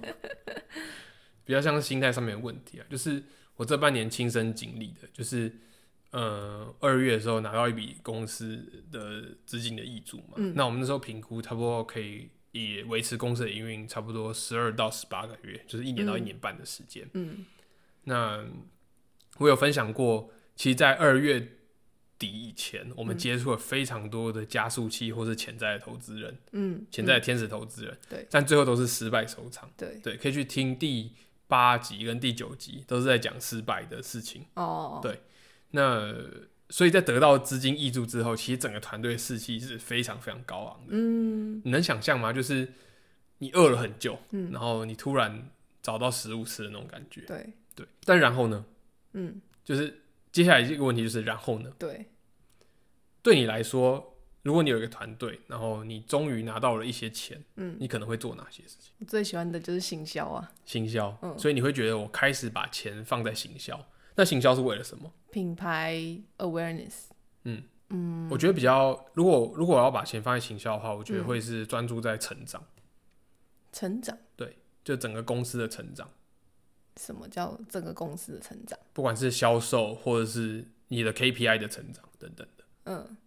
[SPEAKER 1] 比较像是心态上面的问题啊，就是我这半年亲身经历的，就是呃二月的时候拿到一笔公司的资金的益助嘛，
[SPEAKER 2] 嗯
[SPEAKER 1] 那我们那时候评估差不多可以也维持公司的营运差不多十二到十八个月，就是一年到一
[SPEAKER 2] 嗯
[SPEAKER 1] 年半的时间。
[SPEAKER 2] 嗯
[SPEAKER 1] 那我有分享过，其实，在二月底以前，我
[SPEAKER 2] 嗯
[SPEAKER 1] 们接触了非常多的加速器或是潜在的投资人、
[SPEAKER 2] 嗯，
[SPEAKER 1] 潜在的天使投资人，
[SPEAKER 2] 对
[SPEAKER 1] 但最后都是失败收场。
[SPEAKER 2] 对，
[SPEAKER 1] 对，可以去听第八集跟第九集，都是在讲失败的事情。
[SPEAKER 2] 哦，
[SPEAKER 1] 对那所以在得到资金挹注之后，其实整个团队士气是非常非常高昂的。
[SPEAKER 2] 嗯，
[SPEAKER 1] 你能想象吗？就是你饿了很久，
[SPEAKER 2] 嗯
[SPEAKER 1] 然后你突然找到食物吃的那种感觉。
[SPEAKER 2] 对，
[SPEAKER 1] 对，但然后呢？
[SPEAKER 2] 嗯，
[SPEAKER 1] 就是接下来一个问题就是然后呢？
[SPEAKER 2] 对，
[SPEAKER 1] 对你来说，如果你有一个团队，然后你终于拿到了一些钱，
[SPEAKER 2] 嗯，
[SPEAKER 1] 你可能会做哪些事情？
[SPEAKER 2] 我最喜欢的就是行销啊，
[SPEAKER 1] 行销，
[SPEAKER 2] 嗯
[SPEAKER 1] 所以你会觉得我开始把钱放在行销。那行销是为了什么？
[SPEAKER 2] 品牌 awareness，
[SPEAKER 1] 我觉得比较，如果如果我要把钱放在行销的话，我觉得会是专注在成长，
[SPEAKER 2] 成长，
[SPEAKER 1] 就整个公司的成长，
[SPEAKER 2] 什么叫这个公司的成长？
[SPEAKER 1] 不管是销售或者是你的 KPI 的成长等等的。
[SPEAKER 2] 嗯，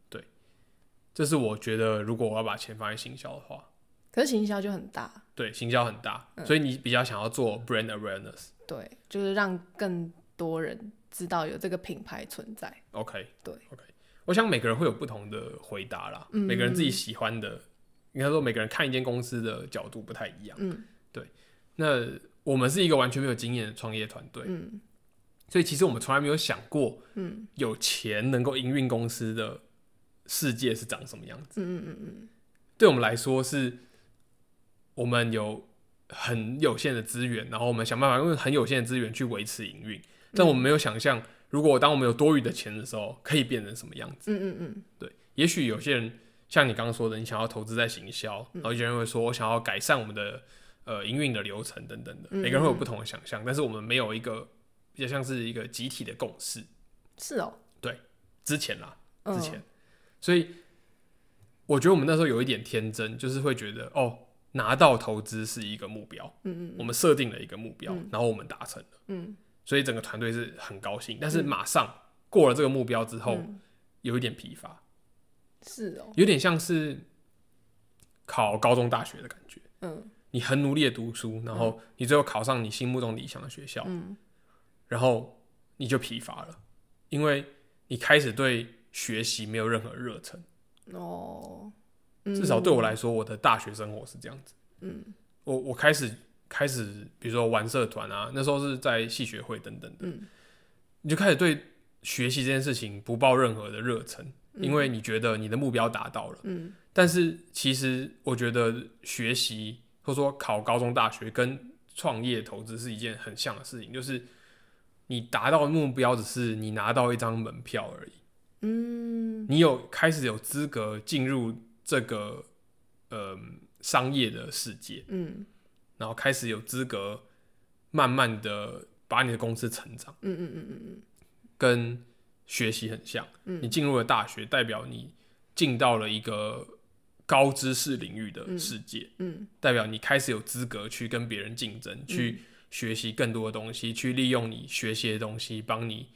[SPEAKER 1] 这是我觉得，如果我要把钱放在行销的话，
[SPEAKER 2] 可是行销就很大，
[SPEAKER 1] 对行销很大，
[SPEAKER 2] 嗯
[SPEAKER 1] 所以你比较想要做 brand awareness。
[SPEAKER 2] 对，就是让更多人知道有这个品牌存在，
[SPEAKER 1] OK，
[SPEAKER 2] 对
[SPEAKER 1] ，OK。我想每个人会有不同的回答啦，
[SPEAKER 2] 嗯
[SPEAKER 1] 每个人自己喜欢的，应该说每个人看一间公司的角度不太一样。
[SPEAKER 2] 嗯
[SPEAKER 1] 那我们是一个完全没有经验的创业团队，
[SPEAKER 2] 嗯
[SPEAKER 1] 所以其实我们从来没有想过
[SPEAKER 2] 嗯
[SPEAKER 1] 有钱能够营运公司的世界是长什么样子。
[SPEAKER 2] 嗯嗯嗯
[SPEAKER 1] 对我们来说是，我们有很有限的资源，然后我们想办法用很有限的资源去维持营运，但我们没有想象，如果当我们有多余的钱的时候，可以变成什么样子。
[SPEAKER 2] 嗯嗯嗯
[SPEAKER 1] 对，也许有些人像你刚刚说的，你想要投资在行销，然后有些人会说我想要改善我们的呃营运的流程等等的，
[SPEAKER 2] 嗯
[SPEAKER 1] 每个人会有不同的想象，但是我们没有一个比较像是一个集体的共识。
[SPEAKER 2] 嗯，是哦，
[SPEAKER 1] 之前啦，
[SPEAKER 2] 嗯
[SPEAKER 1] 之前，所以我觉得我们那时候有一点天真，就是会觉得哦，拿到投资是一个目标，
[SPEAKER 2] 嗯
[SPEAKER 1] 我们设定了一个目标，然后我们达成了，
[SPEAKER 2] 嗯
[SPEAKER 1] 所以整个团队是很高兴。但是马上过了这个目标之后，
[SPEAKER 2] 嗯
[SPEAKER 1] 有一点疲乏，
[SPEAKER 2] 是哦，
[SPEAKER 1] 有点像是考高中、大学的感觉。
[SPEAKER 2] 嗯
[SPEAKER 1] 你很努力的读书，然后你最后考上你心目中理想的学校，
[SPEAKER 2] 嗯
[SPEAKER 1] 然后你就疲乏了，因为你开始对学习没有任何热忱。
[SPEAKER 2] 哦，
[SPEAKER 1] 至少对我来说，我的大学生活是这样子。
[SPEAKER 2] 嗯，
[SPEAKER 1] 我我开始开始，比如说玩社团啊，那时候是在系学会等等的，
[SPEAKER 2] 嗯
[SPEAKER 1] 你就开始对学习这件事情不抱任何的热忱，因为你觉得你的目标达到了。
[SPEAKER 2] 嗯
[SPEAKER 1] 但是其实我觉得学习或者说考高中、大学跟创业投资是一件很像的事情，就是你达到目标只是你拿到一张门票而已。
[SPEAKER 2] 嗯
[SPEAKER 1] 你有开始有资格进入这个呃商业的世界，
[SPEAKER 2] 嗯
[SPEAKER 1] 然后开始有资格慢慢的把你的公司成长，
[SPEAKER 2] 嗯嗯嗯
[SPEAKER 1] 跟学习很像。
[SPEAKER 2] 嗯
[SPEAKER 1] 你进入了大学，代表你进到了一个高知识领域的世界，
[SPEAKER 2] 嗯
[SPEAKER 1] 代表你开始有资格去跟别人竞争，去学习更多的东西，去利用你学习的东西帮你。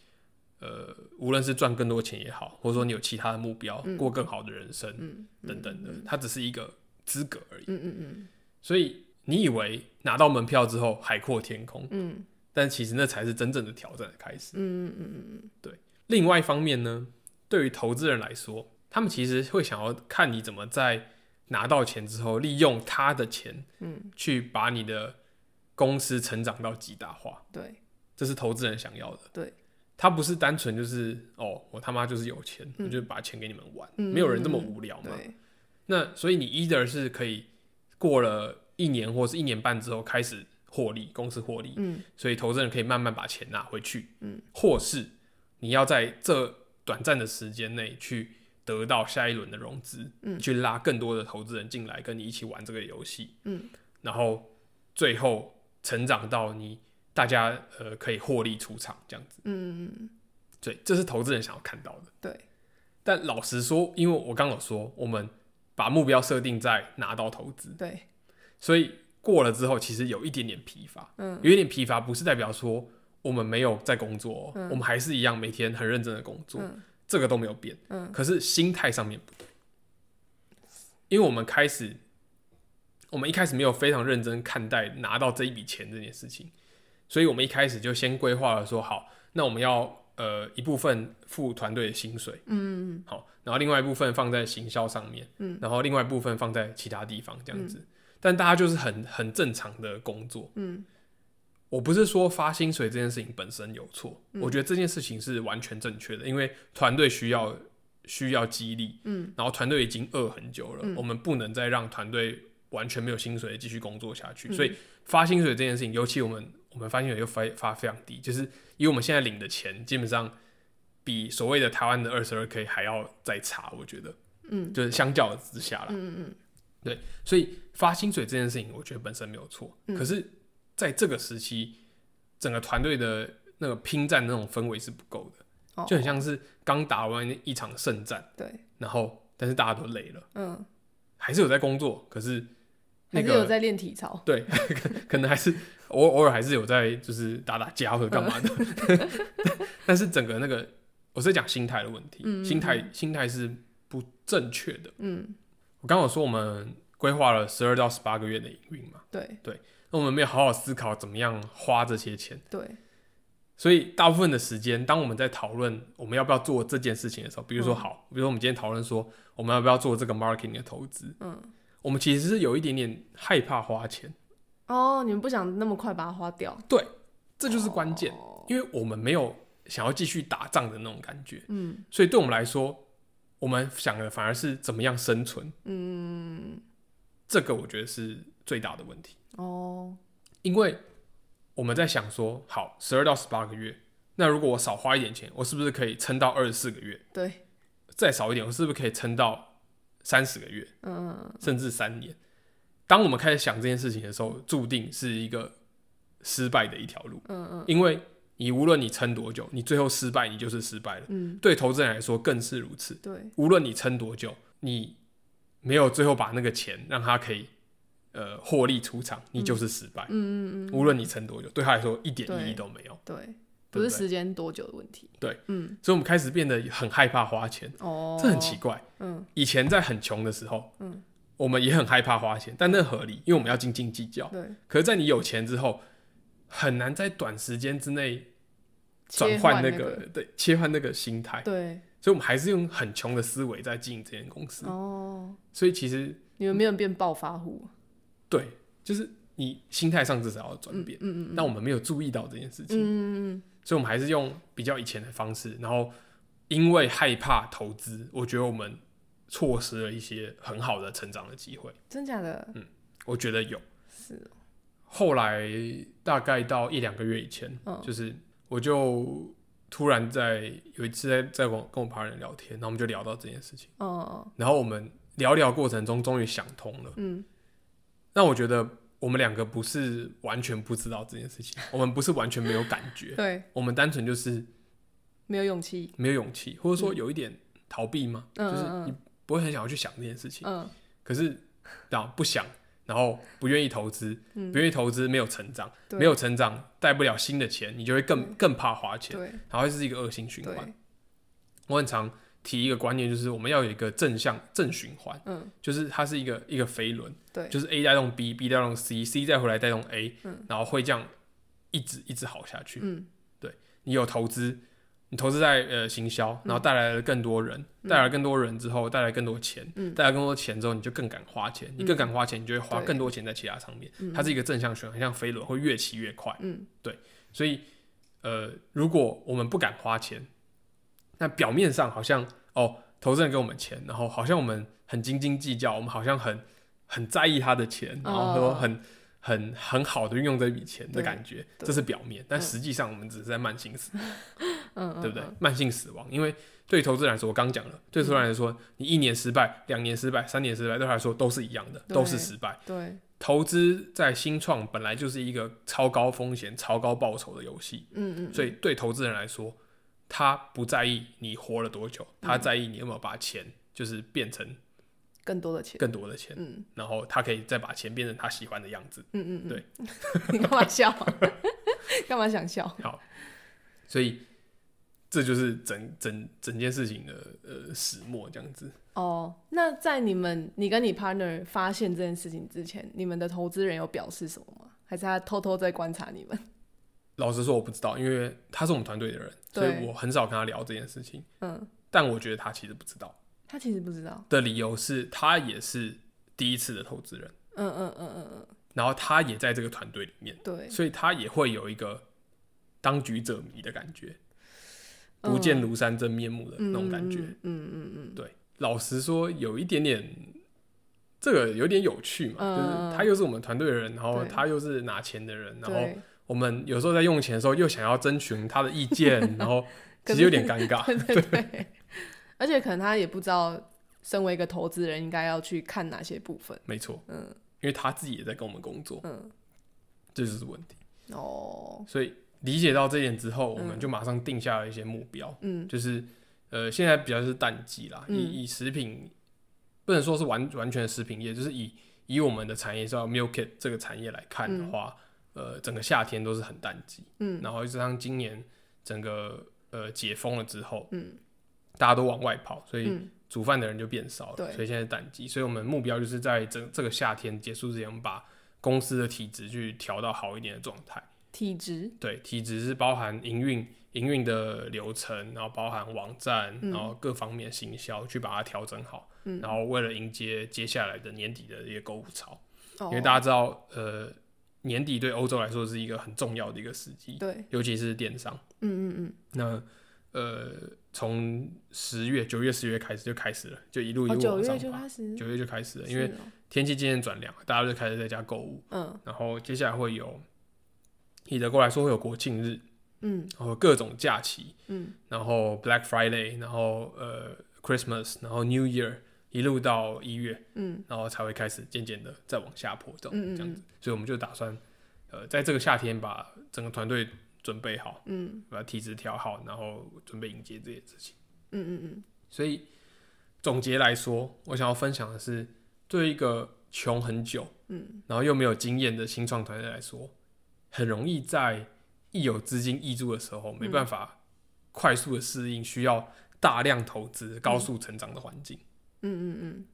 [SPEAKER 1] 呃，无论是赚更多钱也好，或者说你有其他的目标，过更好的人生，
[SPEAKER 2] 嗯
[SPEAKER 1] 等等的，它只是一个资格而已。
[SPEAKER 2] 嗯嗯
[SPEAKER 1] 所以你以为拿到门票之后海阔天空，
[SPEAKER 2] 嗯
[SPEAKER 1] 但其实那才是真正的挑战的开始。
[SPEAKER 2] 嗯嗯
[SPEAKER 1] 另外一方面呢，对于投资人来说，他们其实会想要看你怎么在拿到钱之后，利用他的钱，
[SPEAKER 2] 嗯，
[SPEAKER 1] 去把你的公司成长到极大化，
[SPEAKER 2] 对，
[SPEAKER 1] 这是投资人想要的。
[SPEAKER 2] 对。
[SPEAKER 1] 他不是单纯就是哦，我他妈就是有钱，我就把钱给你们玩，没有人这么无聊嘛。
[SPEAKER 2] 嗯对，
[SPEAKER 1] 那所以你 either 是可以过了一年或是一年半之后开始获利，公司获利，
[SPEAKER 2] 嗯
[SPEAKER 1] 所以投资人可以慢慢把钱拿回去，
[SPEAKER 2] 嗯，
[SPEAKER 1] 或是你要在这短暂的时间内去得到下一轮的融资，
[SPEAKER 2] 嗯
[SPEAKER 1] 去拉更多的投资人进来跟你一起玩这个游戏，
[SPEAKER 2] 嗯，
[SPEAKER 1] 然后最后成长到你大家呃可以获利出场这样子，
[SPEAKER 2] 嗯
[SPEAKER 1] 对，这是投资人想要看到的。
[SPEAKER 2] 对，
[SPEAKER 1] 但老实说，因为我刚有说，我们把目标设定在拿到投资，
[SPEAKER 2] 对，
[SPEAKER 1] 所以过了之后，其实有一点点疲乏。
[SPEAKER 2] 嗯，
[SPEAKER 1] 有一点疲乏，不是代表说我们没有在工作、哦，我们还是一样每天很认真的工作，
[SPEAKER 2] 嗯
[SPEAKER 1] 这个都没有变。
[SPEAKER 2] 嗯
[SPEAKER 1] 可是心态上面不同，因为我们开始，我们一开始没有非常认真看待拿到这一笔钱这件事情，所以我们一开始就先规划了说，好，那我们要呃一部分付团队的薪水，
[SPEAKER 2] 嗯，
[SPEAKER 1] 好，然后另外一部分放在行销上面，嗯，然后另外一部分放在其他地方这样子。但大家就是很很正常的工作，
[SPEAKER 2] 嗯，
[SPEAKER 1] 我不是说发薪水这件事情本身有错，我觉得这件事情是完全正确的，因为团队需要需要激励，
[SPEAKER 2] 嗯，
[SPEAKER 1] 然后团队已经饿很久了，
[SPEAKER 2] 嗯
[SPEAKER 1] 我们不能再让团队完全没有薪水地继续工作下去，所以发薪水这件事情，尤其我们我们发薪水又发发非常低，就是以我们现在领的钱，基本上比所谓的台湾的二十二 k 还要再差，我觉得，
[SPEAKER 2] 嗯，
[SPEAKER 1] 就是相较之下啦，
[SPEAKER 2] 嗯嗯
[SPEAKER 1] 所以发薪水这件事情，我觉得本身没有错。
[SPEAKER 2] 嗯
[SPEAKER 1] 可是，在这个时期，整个团队的那个拼战那种氛围是不够的，
[SPEAKER 2] 哦
[SPEAKER 1] 就很像是刚打完一场圣战，
[SPEAKER 2] 对，
[SPEAKER 1] 然后但是大家都累了，
[SPEAKER 2] 嗯，
[SPEAKER 1] 还是有在工作，可是那
[SPEAKER 2] 还是
[SPEAKER 1] 个
[SPEAKER 2] 有在练体操，
[SPEAKER 1] 对，可能还是偶偶尔还是有在就是打打架或者干嘛的， 但是整个那个我是在讲心态的问题，
[SPEAKER 2] 嗯嗯
[SPEAKER 1] 心态心态是不正确的。
[SPEAKER 2] 嗯，
[SPEAKER 1] 我刚刚有说我们规划了十二到十八个月的营运嘛。
[SPEAKER 2] 对
[SPEAKER 1] 那我们没有好好思考怎么样花这些钱，
[SPEAKER 2] 对，
[SPEAKER 1] 所以大部分的时间，当我们在讨论我们要不要做这件事情的时候，比如说
[SPEAKER 2] 嗯
[SPEAKER 1] 好，比如说我们今天讨论说我们要不要做这个 marketing 的投资，
[SPEAKER 2] 嗯，
[SPEAKER 1] 我们其实是有一点点害怕花钱，
[SPEAKER 2] 哦，你们不想那么快把它花掉，
[SPEAKER 1] 这就是关键，
[SPEAKER 2] 哦
[SPEAKER 1] 因为我们没有想要继续打仗的那种感觉，
[SPEAKER 2] 嗯
[SPEAKER 1] 所以对我们来说，我们想的反而是怎么样生存，
[SPEAKER 2] 嗯，
[SPEAKER 1] 这个我觉得是最大的问题。
[SPEAKER 2] 哦，
[SPEAKER 1] 因为我们在想说，好，十二到十八个月，那如果我少花一点钱，我是不是可以撑到二十四个月？
[SPEAKER 2] 对，
[SPEAKER 1] 再少一点，我是不是可以撑到三十个月，
[SPEAKER 2] 嗯
[SPEAKER 1] 甚至三年？当我们开始想这件事情的时候，注定是一个失败的一条路，
[SPEAKER 2] 嗯嗯
[SPEAKER 1] 因为你无论你撑多久，你最后失败，你就是失败了。
[SPEAKER 2] 嗯，
[SPEAKER 1] 对投资人来说更是如此，
[SPEAKER 2] 对，
[SPEAKER 1] 无论你撑多久，你没有最后把那个钱让他可以呃获利出场，你就是失败。
[SPEAKER 2] 嗯嗯嗯，
[SPEAKER 1] 无论你撑多久，对他来说一点
[SPEAKER 2] 对
[SPEAKER 1] 意义都没有。
[SPEAKER 2] 对，
[SPEAKER 1] 对不
[SPEAKER 2] 不
[SPEAKER 1] 对
[SPEAKER 2] 是时间多久的问题，
[SPEAKER 1] 对，
[SPEAKER 2] 嗯，
[SPEAKER 1] 所以我们开始变得很害怕花钱，
[SPEAKER 2] 哦，
[SPEAKER 1] 这很奇，怪。
[SPEAKER 2] 嗯
[SPEAKER 1] 以前在很穷的时候，
[SPEAKER 2] 嗯，
[SPEAKER 1] 我们也很害怕花钱，但那合理，因为我们要斤斤计较。
[SPEAKER 2] 对，
[SPEAKER 1] 可是，在你有钱之后，很难在短时间之内转
[SPEAKER 2] 切
[SPEAKER 1] 换
[SPEAKER 2] 换那
[SPEAKER 1] 个哎
[SPEAKER 2] 个
[SPEAKER 1] 对切换那个心态，
[SPEAKER 2] 对，
[SPEAKER 1] 所以我们还是用很穷的思维在经营这间公司。
[SPEAKER 2] 哦，
[SPEAKER 1] 所以其实
[SPEAKER 2] 你们没有变暴发户，
[SPEAKER 1] 对，就是你心态上至少要转
[SPEAKER 2] 嗯
[SPEAKER 1] 变，
[SPEAKER 2] 嗯嗯嗯
[SPEAKER 1] 但我们没有注意到这件事情。
[SPEAKER 2] 嗯嗯
[SPEAKER 1] 所以我们还是用比较以前的方式，然后因为害怕投资，我觉得我们错失了一些很好的成长的机会
[SPEAKER 2] 嗯，，真假的，
[SPEAKER 1] 我觉得有。
[SPEAKER 2] 是哦，
[SPEAKER 1] 后来大概到一两个月以前，
[SPEAKER 2] 嗯
[SPEAKER 1] 就是我就突然在有一次在在跟我跟我旁人聊天，然后我们就聊到这件事情，
[SPEAKER 2] 哦哦，
[SPEAKER 1] 然后我们聊聊过程中终于想通了。
[SPEAKER 2] 嗯
[SPEAKER 1] 那我觉得我们两个不是完全不知道这件事情，我们不是完全没有感觉，
[SPEAKER 2] 对，
[SPEAKER 1] 我们单纯就是
[SPEAKER 2] 没有勇气，
[SPEAKER 1] 没有勇气，或者说有一点逃避吗？
[SPEAKER 2] 嗯
[SPEAKER 1] 就是你不会很想要去想这件事情，
[SPEAKER 2] 嗯
[SPEAKER 1] 可是啊不想，然后不愿意投资，
[SPEAKER 2] 嗯
[SPEAKER 1] 不，愿意投资没有成长，
[SPEAKER 2] 对
[SPEAKER 1] 没有成长带不了新的钱，你就会更更怕花钱，
[SPEAKER 2] 对
[SPEAKER 1] 然后是一个恶性循环
[SPEAKER 2] 对。，
[SPEAKER 1] 我很常提一个观念，就是我们要有一个正向正循环，
[SPEAKER 2] 嗯
[SPEAKER 1] 就是它是一个一个飞轮，
[SPEAKER 2] 对，
[SPEAKER 1] 就是 A 带动 B，B 带动 C，C 再回来带动 A，、
[SPEAKER 2] 嗯
[SPEAKER 1] 然后会这样一直一直好下去。
[SPEAKER 2] 嗯
[SPEAKER 1] 你有投资，你投资在呃行销，然后
[SPEAKER 2] 嗯
[SPEAKER 1] 带来了更多人，带、来更多人之后，带来更多钱，
[SPEAKER 2] 嗯
[SPEAKER 1] 带来更多钱之后，你就更敢花钱，你更敢花钱，你就会花
[SPEAKER 2] 对
[SPEAKER 1] 更多钱在其他上面。它是一个正向循环，像飞轮会越骑越快。
[SPEAKER 2] 嗯
[SPEAKER 1] 所以，呃，如果我们不敢花钱，那表面上好像哦，投资人给我们钱，然后好像我们很斤斤计较，我们好像很很在意他的钱，然后说
[SPEAKER 2] 哦
[SPEAKER 1] 很、很很好的运用这笔钱的
[SPEAKER 2] 对
[SPEAKER 1] 感觉，
[SPEAKER 2] 对
[SPEAKER 1] 这是表面，但
[SPEAKER 2] 嗯
[SPEAKER 1] 实际上我们只是在慢性
[SPEAKER 2] 嗯，
[SPEAKER 1] 对不对
[SPEAKER 2] 嗯？？
[SPEAKER 1] 慢性死亡，因为对投资人来说，我刚讲了，对投资人来说，你一年失败、两年失败、三年失败，对他来说都是一样的，
[SPEAKER 2] 对
[SPEAKER 1] 都是失败。
[SPEAKER 2] 对，
[SPEAKER 1] 投资在新创本来就是一个超高风险、超高报酬的游戏，
[SPEAKER 2] 嗯嗯，
[SPEAKER 1] 所以对投资人来说，他不在意你活了多久，他
[SPEAKER 2] 嗯
[SPEAKER 1] 在意你有没有把钱就是变成
[SPEAKER 2] 更多的钱，
[SPEAKER 1] 更多的钱，
[SPEAKER 2] 嗯
[SPEAKER 1] 然后他可以再把钱变成他喜欢的样子。
[SPEAKER 2] 嗯嗯，
[SPEAKER 1] 对
[SPEAKER 2] 嗯， 你干嘛笑？ 干嘛想笑？
[SPEAKER 1] 所以这就是整整整件事情的呃始末，这样子。
[SPEAKER 2] 哦，那在你们你跟你 partner 发现这件事情之前，你们的投资人有表示什么吗？还是他偷偷在观察你们？
[SPEAKER 1] 老实说，我不知道，因为他是我们团队的人，所
[SPEAKER 2] 对
[SPEAKER 1] 以我很少跟他聊这件事情。
[SPEAKER 2] 嗯，
[SPEAKER 1] 但我觉得他其实不知道
[SPEAKER 2] 他其实不知道，
[SPEAKER 1] 的理由是他也是第一次的投资人，
[SPEAKER 2] 嗯嗯嗯嗯嗯，
[SPEAKER 1] 然后他也在这个团队里面，
[SPEAKER 2] 对，
[SPEAKER 1] 所以他也会有一个当局者迷的感觉，不见
[SPEAKER 2] 嗯
[SPEAKER 1] 庐山真面目的呃那种感觉。，
[SPEAKER 2] 嗯嗯嗯嗯
[SPEAKER 1] 对，老实说，有一点点，这个有点有趣嘛，
[SPEAKER 2] 嗯
[SPEAKER 1] 就是他又是我们团队的人，然后
[SPEAKER 2] 对
[SPEAKER 1] 他又是拿钱的人，
[SPEAKER 2] 嗯，
[SPEAKER 1] 然后
[SPEAKER 2] 对，
[SPEAKER 1] 我们有时候在用钱的时候又想要征询他的意 见，然后其
[SPEAKER 2] 可
[SPEAKER 1] 实
[SPEAKER 2] 是
[SPEAKER 1] 有点尴尬。
[SPEAKER 2] 对对对，而且可能他也不知道，身为一个投资人应该要去看哪些部分，
[SPEAKER 1] 没错，
[SPEAKER 2] 嗯
[SPEAKER 1] 因为他自己也在跟我们工作，
[SPEAKER 2] 嗯，
[SPEAKER 1] 这就是问题。
[SPEAKER 2] 哦，
[SPEAKER 1] 所以理解到这一点之后，
[SPEAKER 2] 嗯
[SPEAKER 1] 我们就马上定下了一些目标，
[SPEAKER 2] 嗯
[SPEAKER 1] 就是呃，现在比较是淡季啦，
[SPEAKER 2] 嗯
[SPEAKER 1] 以以食品不能说是完完全的食品业，就是以以我们的产业叫 milk it 这个产业来看的话，呃，整个夏天都是很淡季，
[SPEAKER 2] 嗯
[SPEAKER 1] 然后加上今年整个呃解封了之后，
[SPEAKER 2] 嗯
[SPEAKER 1] 大家都往外跑，所以
[SPEAKER 2] 嗯
[SPEAKER 1] 煮饭的人就变少了，
[SPEAKER 2] 对
[SPEAKER 1] 所以现在是淡季，所以我们目标就是在这这个夏天结束之前，我们把公司的体质去调到好一点的状态。
[SPEAKER 2] 体质，
[SPEAKER 1] 对，体质是包含营运、营运的流程，然后包含网站，
[SPEAKER 2] 嗯
[SPEAKER 1] 然后各方面行销，去把它调整好。
[SPEAKER 2] 嗯
[SPEAKER 1] 然后为了迎接接下来的年底的一个购物潮，
[SPEAKER 2] 哦
[SPEAKER 1] 因为大家知道，呃，年底对欧洲来说是一个很重要的一个时机，
[SPEAKER 2] 对，
[SPEAKER 1] 尤其是电商。
[SPEAKER 2] 嗯嗯
[SPEAKER 1] 那呃，从十月、九月、十月开始就开始了，就一路
[SPEAKER 2] 嗯，
[SPEAKER 1] 一
[SPEAKER 2] 哦，
[SPEAKER 1] 路
[SPEAKER 2] 九
[SPEAKER 1] 往上
[SPEAKER 2] 月就
[SPEAKER 1] 爬。
[SPEAKER 2] 开始，
[SPEAKER 1] 九月就开始了，因
[SPEAKER 2] 是
[SPEAKER 1] 为
[SPEAKER 2] 哦
[SPEAKER 1] 天气渐渐转凉，大家就开始在家购物。
[SPEAKER 2] 嗯
[SPEAKER 1] 然后接下来会有，以德国来说会有国庆日，
[SPEAKER 2] 嗯
[SPEAKER 1] 然后各种假期，
[SPEAKER 2] 嗯
[SPEAKER 1] 然后 Black Friday，然后呃 Christmas，然后 New Year，一路到一月，
[SPEAKER 2] 嗯
[SPEAKER 1] 然后才会开始渐渐的再往下坡这样
[SPEAKER 2] 嗯嗯嗯
[SPEAKER 1] 这样子。所以我们就打算，呃，在这个夏天把整个团队准备好，
[SPEAKER 2] 嗯
[SPEAKER 1] 把体质调好，然后准备迎接这些事情。
[SPEAKER 2] 嗯嗯
[SPEAKER 1] 所以总结来说，我想要分享的是，对一个穷很久，
[SPEAKER 2] 嗯
[SPEAKER 1] 然后又没有经验的新创团队来说，很容易在一有资金挹注的时
[SPEAKER 2] 嗯
[SPEAKER 1] 候，没办法快速的适应需要大量投资、高速成长的环境，
[SPEAKER 2] 嗯嗯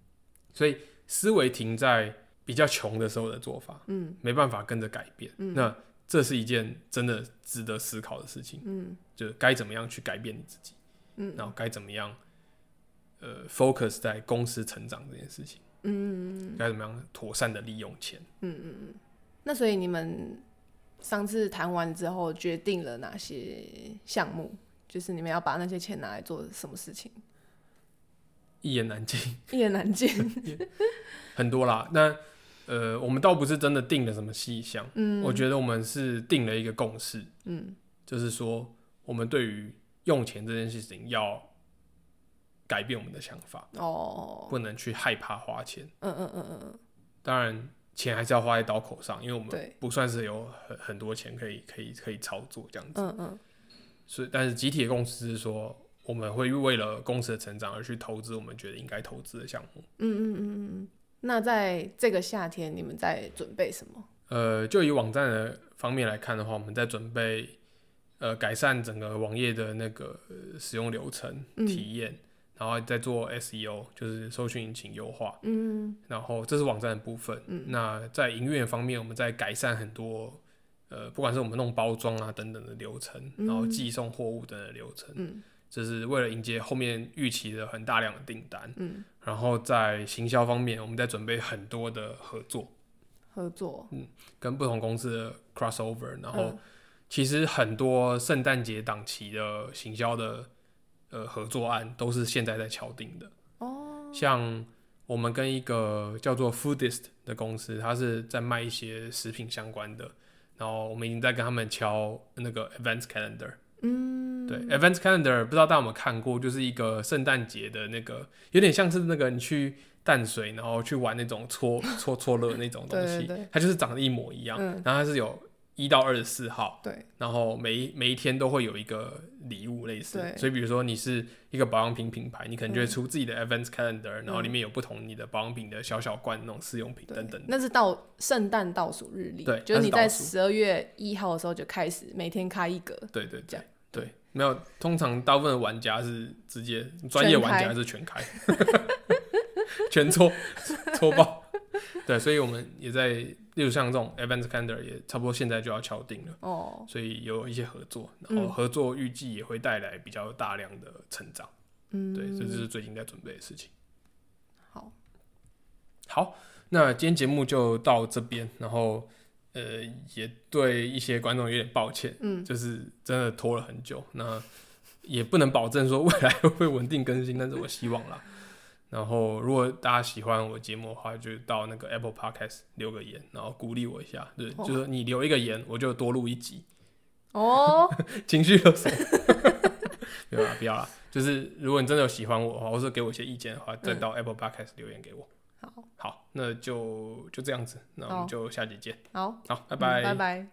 [SPEAKER 1] 所以思维停在比较穷的时候的做法，
[SPEAKER 2] 嗯
[SPEAKER 1] 没办法跟着改变。
[SPEAKER 2] 嗯
[SPEAKER 1] 那这是一件真的值得思考的事情，
[SPEAKER 2] 嗯
[SPEAKER 1] 就是该怎么样去改变你自己，
[SPEAKER 2] 嗯
[SPEAKER 1] 然后该怎么样。呃，focus 在公司成长这件事情，
[SPEAKER 2] 嗯嗯
[SPEAKER 1] 该怎么样妥善的利用钱？
[SPEAKER 2] 嗯，那所以你们上次谈完之后，决定了哪些项目？就是你们要把那些钱拿来做什么事情？
[SPEAKER 1] 一言难尽。
[SPEAKER 2] 一言难尽。
[SPEAKER 1] 很多啦。那呃，我们倒不是真的定了什么细项，
[SPEAKER 2] 嗯，
[SPEAKER 1] 我觉得我们是定了一个共识，
[SPEAKER 2] 嗯
[SPEAKER 1] 就是说我们对于用钱这件事情要改变我们的想法，
[SPEAKER 2] 哦，
[SPEAKER 1] 不能去害怕花钱。
[SPEAKER 2] 嗯嗯嗯嗯嗯，
[SPEAKER 1] 当然，钱还是要花在刀口上，因为我们
[SPEAKER 2] 对
[SPEAKER 1] 不算是有很很多钱可以可以可以操作这样子。
[SPEAKER 2] 嗯嗯
[SPEAKER 1] 所以，但是集体的共识是说。我们会为了公司的成长而去投资我们觉得应该投资的项目。
[SPEAKER 2] 嗯嗯嗯嗯。那在这个夏天，你们在准备什么？
[SPEAKER 1] 呃，就以网站的方面来看的话，我们在准备呃改善整个网页的那个呃使用流程
[SPEAKER 2] 嗯
[SPEAKER 1] 体验，然后再做 SEO，就是搜寻引擎优化。
[SPEAKER 2] 嗯
[SPEAKER 1] 然后这是网站的部分。
[SPEAKER 2] 嗯
[SPEAKER 1] 那在营运方面，我们在改善很多呃，不管是我们弄包装啊等等的流程，然后
[SPEAKER 2] 嗯
[SPEAKER 1] 寄送货物等等的流程，
[SPEAKER 2] 嗯
[SPEAKER 1] 这是为了迎接后面预期的很大量的订单。
[SPEAKER 2] 嗯，
[SPEAKER 1] 然后在行销方面，我们在准备很多的合作。
[SPEAKER 2] 合作。
[SPEAKER 1] 跟不同公司的 crossover，然后
[SPEAKER 2] 嗯
[SPEAKER 1] 其实很多圣诞节档期的行销的呃合作案都是现在在敲定的，
[SPEAKER 2] 哦，
[SPEAKER 1] 像我们跟一个叫做 Foodist 的公司，它是在卖一些食品相关的，然后我们已经在跟他们敲那个 events calendar，
[SPEAKER 2] 嗯，
[SPEAKER 1] 对、events calendar 不知道大家有没有看过，就是一个圣诞节的那个，有点像是那个你去淡水然后去玩那种搓搓搓乐那种东西，
[SPEAKER 2] 对对对
[SPEAKER 1] 它就是长得一模一样，
[SPEAKER 2] 嗯
[SPEAKER 1] 然后它是有一到二十四号，
[SPEAKER 2] 对，
[SPEAKER 1] 然后每一每一天都会有一个礼物类似
[SPEAKER 2] 对，
[SPEAKER 1] 所以比如说你是一个保养品品牌，你可能就会
[SPEAKER 2] 嗯
[SPEAKER 1] 出自己的 events calendar，、然后
[SPEAKER 2] 嗯
[SPEAKER 1] 里面有不同你的保养品的小小罐那种试用品
[SPEAKER 2] 对
[SPEAKER 1] 等等的，
[SPEAKER 2] 那是到圣诞倒数日历，
[SPEAKER 1] 对
[SPEAKER 2] 就是你在
[SPEAKER 1] 那是倒数
[SPEAKER 2] 十二月一号的时候就开始每天开一格，
[SPEAKER 1] 对对
[SPEAKER 2] 这
[SPEAKER 1] 对
[SPEAKER 2] 样
[SPEAKER 1] 对，没有，通常大部分的玩家是直 接专业玩家
[SPEAKER 2] 全开
[SPEAKER 1] 是全开，全搓搓爆。对，所以我们也在，例如像这种 Advanced Calendar 也差不多现在就要敲定了，
[SPEAKER 2] 哦，
[SPEAKER 1] 所以有一些合作，
[SPEAKER 2] 嗯
[SPEAKER 1] 然后合作预计也会带来比较大量的成长。
[SPEAKER 2] 嗯，
[SPEAKER 1] 对，这就是最近在准备的事情。
[SPEAKER 2] 好，
[SPEAKER 1] 好，那今天节目就到这边，然后呃，也对一些观众有点抱歉，
[SPEAKER 2] 嗯，
[SPEAKER 1] 就是真的拖了很久，那也不能保证说未来会不会稳定更新，但是我希望啦。然后，如果大家喜欢我节目的话，就到那个 Apple Podcast 留个言，然后鼓励我一下。对，
[SPEAKER 2] 哦
[SPEAKER 1] 就是你留一个言，我就多录一集。
[SPEAKER 2] 哦，
[SPEAKER 1] 情绪勒索， 没有啦，啊不要啦。就是如果你真的有喜欢我的话，或是给我一些意见的话，再到 Apple Podcast 留言给我。
[SPEAKER 2] 好
[SPEAKER 1] 好，那就就这样子，那我
[SPEAKER 2] 好
[SPEAKER 1] 们就下集见。
[SPEAKER 2] 好，
[SPEAKER 1] 好，拜
[SPEAKER 2] 嗯拜拜。